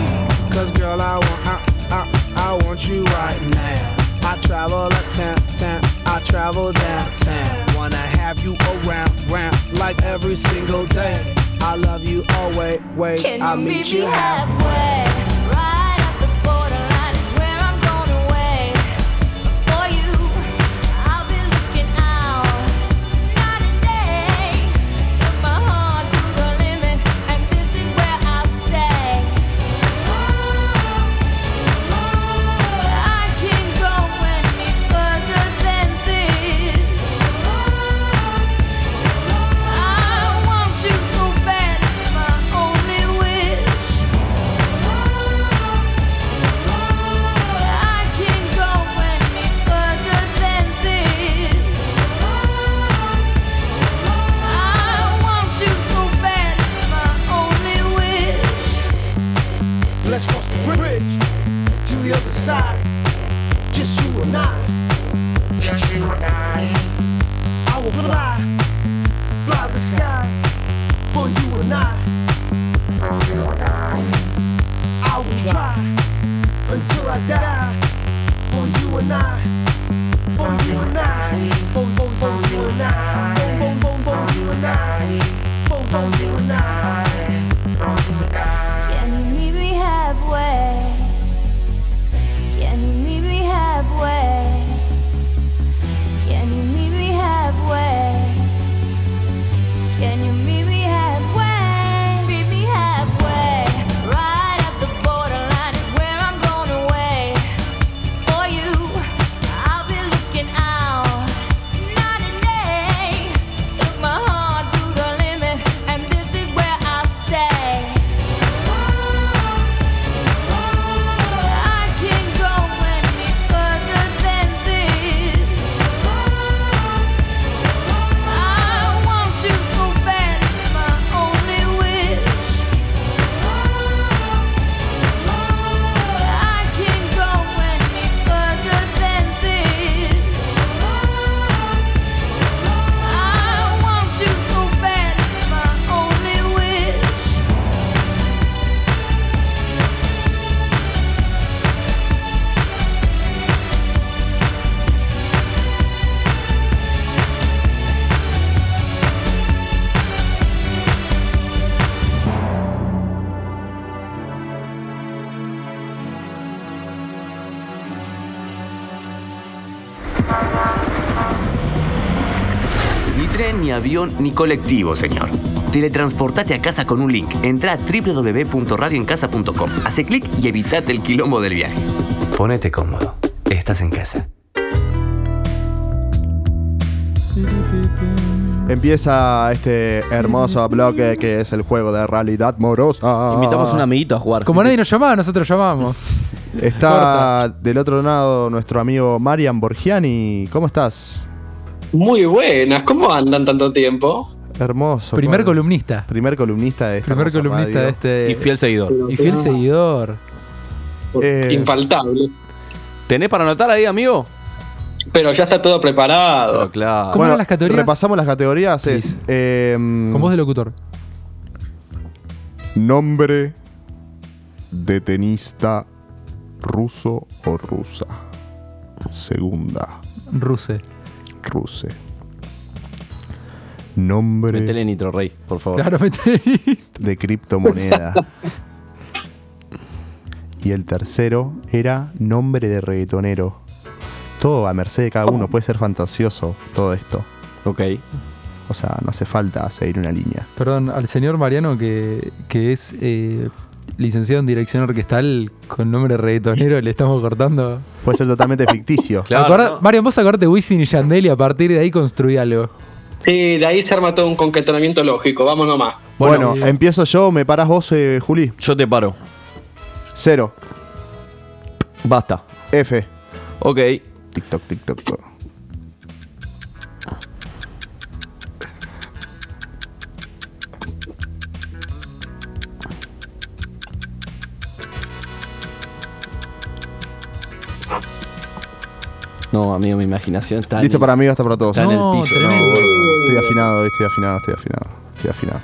S7: Cause girl, I want, I, I, I want you right now. I travel uptown, town, I travel downtown. Wanna have you around, round, like every single day. I love you always, wait, I meet you halfway.
S13: Looking out night and day, took my heart to the try until I die for you and I. For you and I. For, for, for you and I. For, for, for, for you and I. For, for you and I.
S14: Can you meet me halfway? Can you meet me halfway? Can you meet me halfway? Can you meet me halfway? Meet me halfway. Right at the borderline is where I'm going away. For you, I'll be looking out. Night and day, took my heart to the limit, and this is where I stay. I can't go any further than this. I want you so bad, it's my only wish. I can't go any further than this. I want you so bad, it's my only wish.
S2: Ni tren, ni avión, ni colectivo, señor. Teletransportate a casa con un link. Entra a www.radioencasa.com. Hace clic y evitate el quilombo del viaje.
S11: Ponete cómodo. Estás en casa.
S9: Empieza este hermoso bloque que es el juego de realidad morosa.
S10: Invitamos a un amiguito a jugar.
S8: Como nadie nos llamaba, nosotros llamamos.
S9: Está del otro lado nuestro amigo Marian Borgiani. ¿Cómo estás?
S15: Muy buenas, ¿cómo andan tanto tiempo?
S9: Hermoso.
S8: Primer
S9: Con-
S8: columnista.
S9: Primer columnista de esta
S8: Primer
S9: hermosa
S8: columnista
S9: radio.
S8: de este. Y
S9: Eh,
S8: fiel seguidor. Eh,
S15: Infaltable.
S10: ¿Tenés para anotar ahí, amigo?
S15: Pero ya está todo preparado.
S10: claro.
S9: bueno, Repasamos las categorías. Es, em,
S8: Con voz de locutor.
S9: Nombre de tenista ruso o rusa. Segunda,
S8: Ruse.
S9: ruse. Nombre.
S10: Metele nitro, rey, por favor.
S8: Claro, metele
S9: De criptomoneda. y el tercero era nombre de reggaetonero. Todo a merced de cada uno. Puede ser fantasioso todo esto.
S10: Ok.
S9: O sea, no hace falta seguir una línea.
S8: Perdón, al señor Mariano que, que es eh, licenciado en dirección orquestal con nombre reggaetonero, le estamos cortando.
S9: Puede ser totalmente ficticio.
S8: Acordá- Marian, vos acordate Wisin y Yandel y a partir de ahí construí algo.
S15: Sí, de ahí se arma todo un concatenamiento lógico, vamos nomás.
S9: Bueno, empiezo yo, me paras vos, eh, Juli.
S10: Yo te paro.
S9: Cero.
S10: Basta.
S9: F.
S10: Ok.
S9: TikTok, TikTok.
S10: No, amigo, mi imaginación está. en
S9: Listo
S10: el-
S9: para mí, basta para todos.
S10: Está en el piso. No, boludo.
S9: estoy afinado, estoy afinado, estoy afinado. Estoy afinado.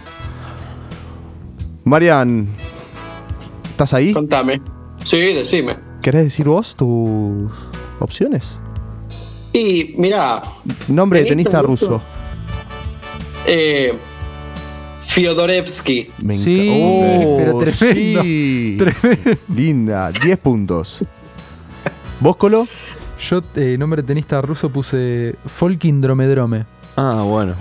S9: Marian, ¿estás ahí?
S15: Contame. Sí, decime.
S9: ¿Querés decir vos tus opciones?
S15: Y mirá,
S9: Nombre de
S15: ¿Tenista
S9: tenista
S15: ruso?
S9: ruso.
S15: eh, Fiodorevsky.
S9: Me encanta.
S15: Sí, pero tremendo,
S9: Linda, 10 puntos. ¿Vos, Colo?
S8: Yo, eh, nombre de tenista ruso, puse Folkin Dromedrome.
S10: Ah, bueno.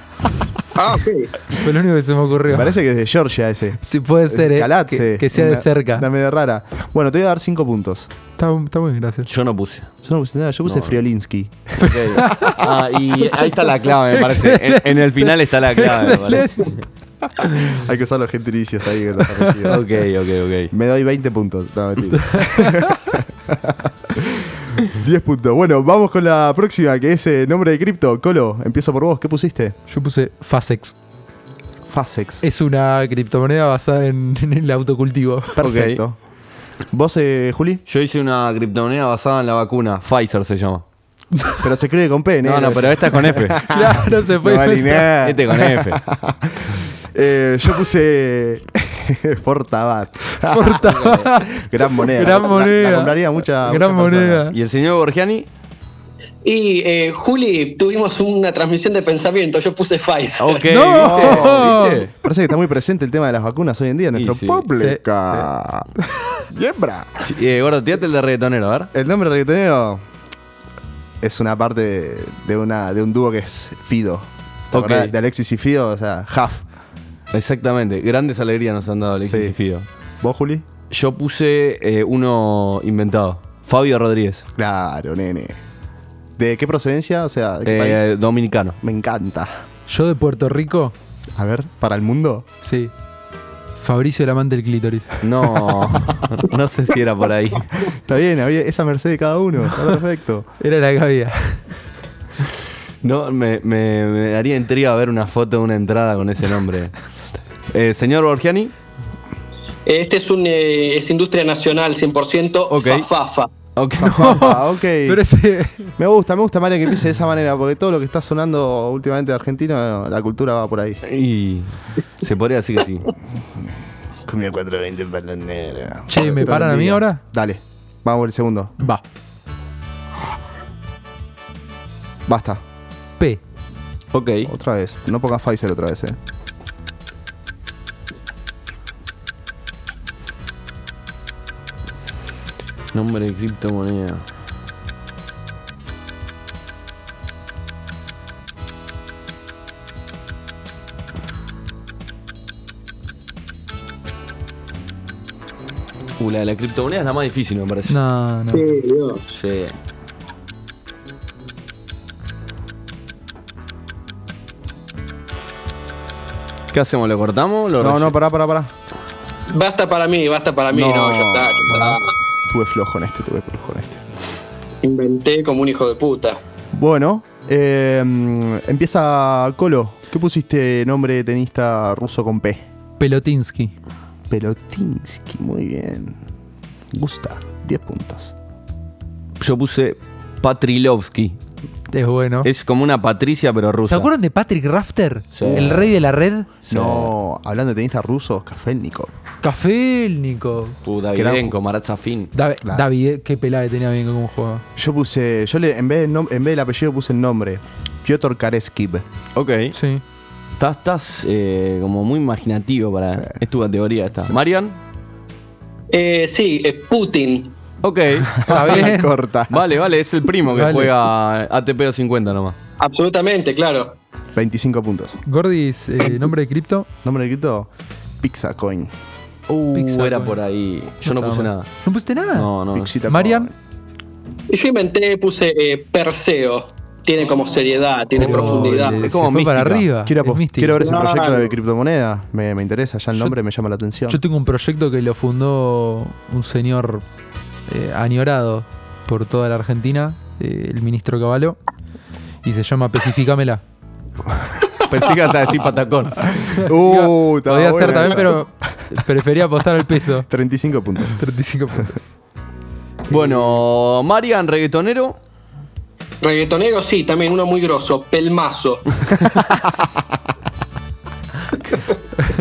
S15: Ah, ok.
S8: Fue lo único que se me ocurrió.
S15: Ah.
S9: Me parece que es de Georgia ese.
S8: Sí, puede ser, eh,
S9: Kalatse.
S8: que- que sea de
S9: Una-
S8: cerca.
S9: Una media rara. Bueno, te voy a dar 5 puntos.
S8: Está, está muy bien, gracias.
S10: Yo no puse.
S9: Yo no puse nada, yo puse
S10: No.
S9: Friolinsky.
S10: Ok. Ah, y ahí está la clave, me parece. En, en el final está la clave, me parece.
S9: Hay que usar los gentilicios ahí. con los apellidos.
S10: Ok, ok,
S9: Me doy 20 puntos. No, mentira. 10 puntos. Bueno, vamos con la próxima, que es eh, nombre de cripto. Colo, empiezo por vos. ¿Qué pusiste?
S8: Yo puse Fasex.
S9: Fasex.
S8: Es una criptomoneda basada en, en el autocultivo.
S9: Perfecto. ¿Vos, eh, Juli?
S10: Yo hice una criptomoneda basada en la vacuna. Pfizer se llama.
S9: Pero se cree con P, ¿no?
S10: No, no, pero esta este es con F.
S8: Claro, se puede
S9: No vale
S8: inventar.
S9: nada.
S10: Este con F.
S9: Eh, yo puse Fortabat.
S8: Fortabat.
S9: Gran moneda.
S8: Gran
S9: La- La,
S8: moneda.
S9: compraría mucha.
S8: Gran
S9: mucha persona.
S8: moneda.
S10: ¿Y el señor Borgiani?
S15: Y eh, Juli, tuvimos una transmisión de pensamiento. Yo puse Pfizer.
S10: Ok,
S9: No. Parece que está muy presente el tema de las vacunas hoy en día en nuestro
S10: sí.
S9: público. Siembra.
S10: Eh, gordo, tirate el de reggaetonero, a ver.
S9: El nombre reggaetonero es una parte de, una, de un dúo que es Fido. ¿Te
S10: Ok.
S9: acordás De Alexis y Fido, o sea, Huff.
S10: Exactamente, grandes alegrías nos han dado Alexis
S9: Sí.
S10: y Fido.
S9: ¿Vos, Juli?
S10: Yo puse eh, uno inventado, Fabio Rodríguez.
S9: Claro, nene. ¿De qué procedencia? O sea, ¿de qué
S10: Eh,
S9: país?
S10: Dominicano.
S9: Me encanta.
S8: Yo de Puerto Rico.
S9: A ver, ¿para el mundo?
S8: Sí. Fabricio el amante del clítoris.
S10: No, no sé si era por ahí.
S9: Está bien, había esa merced de cada uno. Está perfecto.
S8: Era la que había.
S10: No, me, me- me daría intriga ver una foto de una entrada con ese nombre. Eh, señor Borgiani,
S15: Este es un eh, es industria nacional 100%. Fafafa.
S10: Ok.
S9: Papá, ok.
S8: Pero ese-
S9: Me gusta, me gusta, María, que empiece de esa manera, porque todo lo que está sonando últimamente de Argentina, la cultura va por ahí.
S10: y se podría decir que sí.
S9: Comida 420 para la negra.
S8: Che, ¿me
S9: Todo
S8: paran
S9: el
S8: a mí
S9: día.
S8: ahora?
S9: Dale, vamos por el segundo.
S8: Va.
S9: Basta.
S8: P.
S10: Ok.
S9: Otra vez. No pongas Pfizer otra vez, eh.
S10: Nombre de criptomoneda. Uh, la de la criptomoneda es la más difícil, me parece.
S8: No, no.
S10: Sí. ¿Qué hacemos? ¿Lo cortamos? ¿Lo
S9: No,
S10: re-
S9: no, pará, pará, pará.
S15: Basta para mí, basta para mí.
S9: No.
S15: No, ya está, ya está.
S9: Tuve flojo en este, tuve flojo en este.
S15: Inventé como un hijo de puta.
S9: Bueno, eh, empieza Colo. ¿Qué pusiste nombre de tenista ruso con P?
S8: Pelotinsky.
S9: Pelotinsky, muy bien. Gusta, 10 puntos.
S10: Yo puse Patrilovsky.
S8: Es bueno.
S10: Es como una Patricia, pero rusa.
S8: ¿Se acuerdan de Patrick Rafter?
S10: Sí.
S8: El rey de la red.
S9: No, hablando de tenistas rusos, Kafelnikov.
S8: Cafelnico.
S10: Uh,
S9: Davidenko,
S10: Zafin.
S8: Da-
S9: Claro.
S8: David, eh, qué pelada que tenía bien cómo jugaba.
S9: Yo puse, yo le, en, vez del nom- en vez del apellido puse el nombre. Piotr Kareskiv.
S10: Ok.
S8: Sí.
S10: Estás, estás eh, como muy imaginativo para. Es tu categoría esta. Marian.
S15: Eh, sí, es Putin.
S10: Ok.
S8: Está bien.
S9: Corta.
S10: Vale, vale, es el primo que
S8: Vale.
S10: juega ATP 50 nomás.
S15: Absolutamente, claro.
S9: 25 puntos.
S8: Gordis, eh, nombre de cripto.
S9: Nombre de cripto, Pixacoin.
S10: Uh,
S8: Pixar,
S10: era
S8: bueno.
S10: por ahí. Yo no,
S8: estaba
S10: puse
S8: mal.
S10: nada.
S8: ¿No pusiste nada?
S10: No, no.
S9: Pixita
S8: Marian.
S9: Coin.
S15: Y yo inventé, puse eh, Perseo. Tiene como seriedad, tiene
S8: Pero
S15: profundidad.
S8: le-
S10: Es como
S8: se fue para
S10: mística.
S8: arriba.
S9: Quiero,
S8: es
S9: apos-
S8: místico.
S9: quiero ver ese
S15: Claro.
S9: proyecto de criptomoneda. Me, me interesa, ya el
S8: Yo-
S9: nombre me llama la atención.
S8: Yo tengo un proyecto que lo fundó un señor eh, añorado por toda la Argentina, eh, el ministro Caballo, y se llama Pesificámela.
S10: Pensé que ibas a decir patacón.
S9: Uh, estaba
S8: Podía
S9: buena
S8: ser también,
S9: esa.
S8: pero prefería apostar al peso.
S9: 35 puntos.
S8: 35 puntos.
S10: Bueno, Marian, reggaetonero.
S15: Reggaetonero, sí, también uno muy grosso. Pelmazo.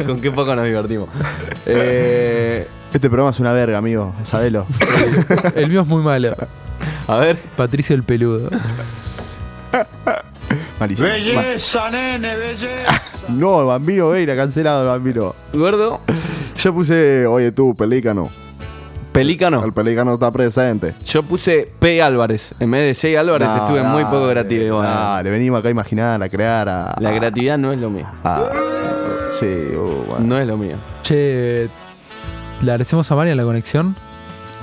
S10: Con qué poco nos divertimos. Eh,
S9: Este programa es una verga, amigo. Sabelo.
S8: El mío es muy malo.
S10: a ver.
S8: Patricio el peludo.
S9: Malísimo. Ma-
S3: Belleza, nene, belleza.
S9: No, el bambino Veira, cancelado el bambino.
S10: Gordo.
S9: Yo puse, oye tú, pelícano.
S10: Pelícano.
S9: El pelícano está presente.
S10: Yo puse P. Álvarez. En vez de J. Álvarez
S9: No,
S10: estuve muy poco
S9: dale,
S10: creativo. Bueno,
S9: Dale, venimos acá a imaginar, a crear, a.
S10: La creatividad no es lo mío.
S9: a- sí, uh, bueno.
S10: No es lo mío.
S8: Che, le agradecemos a Marian la conexión.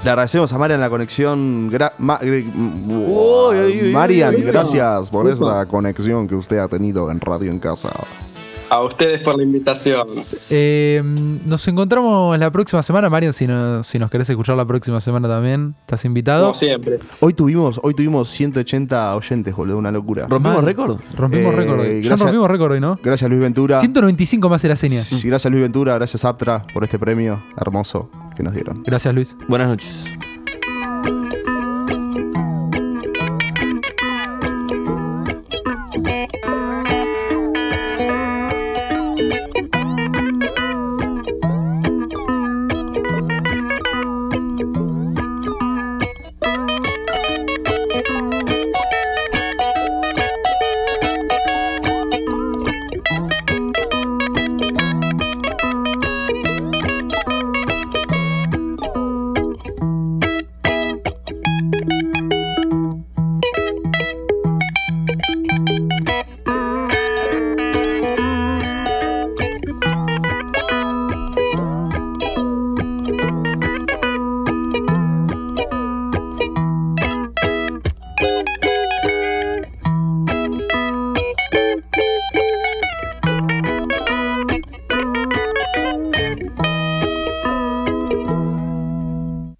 S9: Le agradecemos a Marian la conexión. gra- Ma- gre- mm,
S10: Uy, uy, uy,
S9: Marian,
S10: uy, uy.
S9: gracias por esta conexión que usted ha tenido en Radio en Casa.
S15: A ustedes por la invitación.
S8: Eh, nos encontramos la próxima semana, Marian, si, no- si nos querés escuchar la próxima semana también, estás invitado.
S15: Como siempre.
S9: Hoy tuvimos, hoy tuvimos 180 oyentes, boludo, una locura.
S10: ¿Rompimos
S8: Mal.
S10: récord?
S8: Rompimos
S9: Eh,
S8: récord hoy. Ya
S9: gracias-
S8: rompimos récord hoy, ¿no?
S9: Gracias Luis Ventura.
S8: 195 más era seña.
S9: Sí, gracias Luis Ventura, gracias Aptra por este premio hermoso que nos dieron.
S8: Gracias, Luis.
S10: Buenas noches.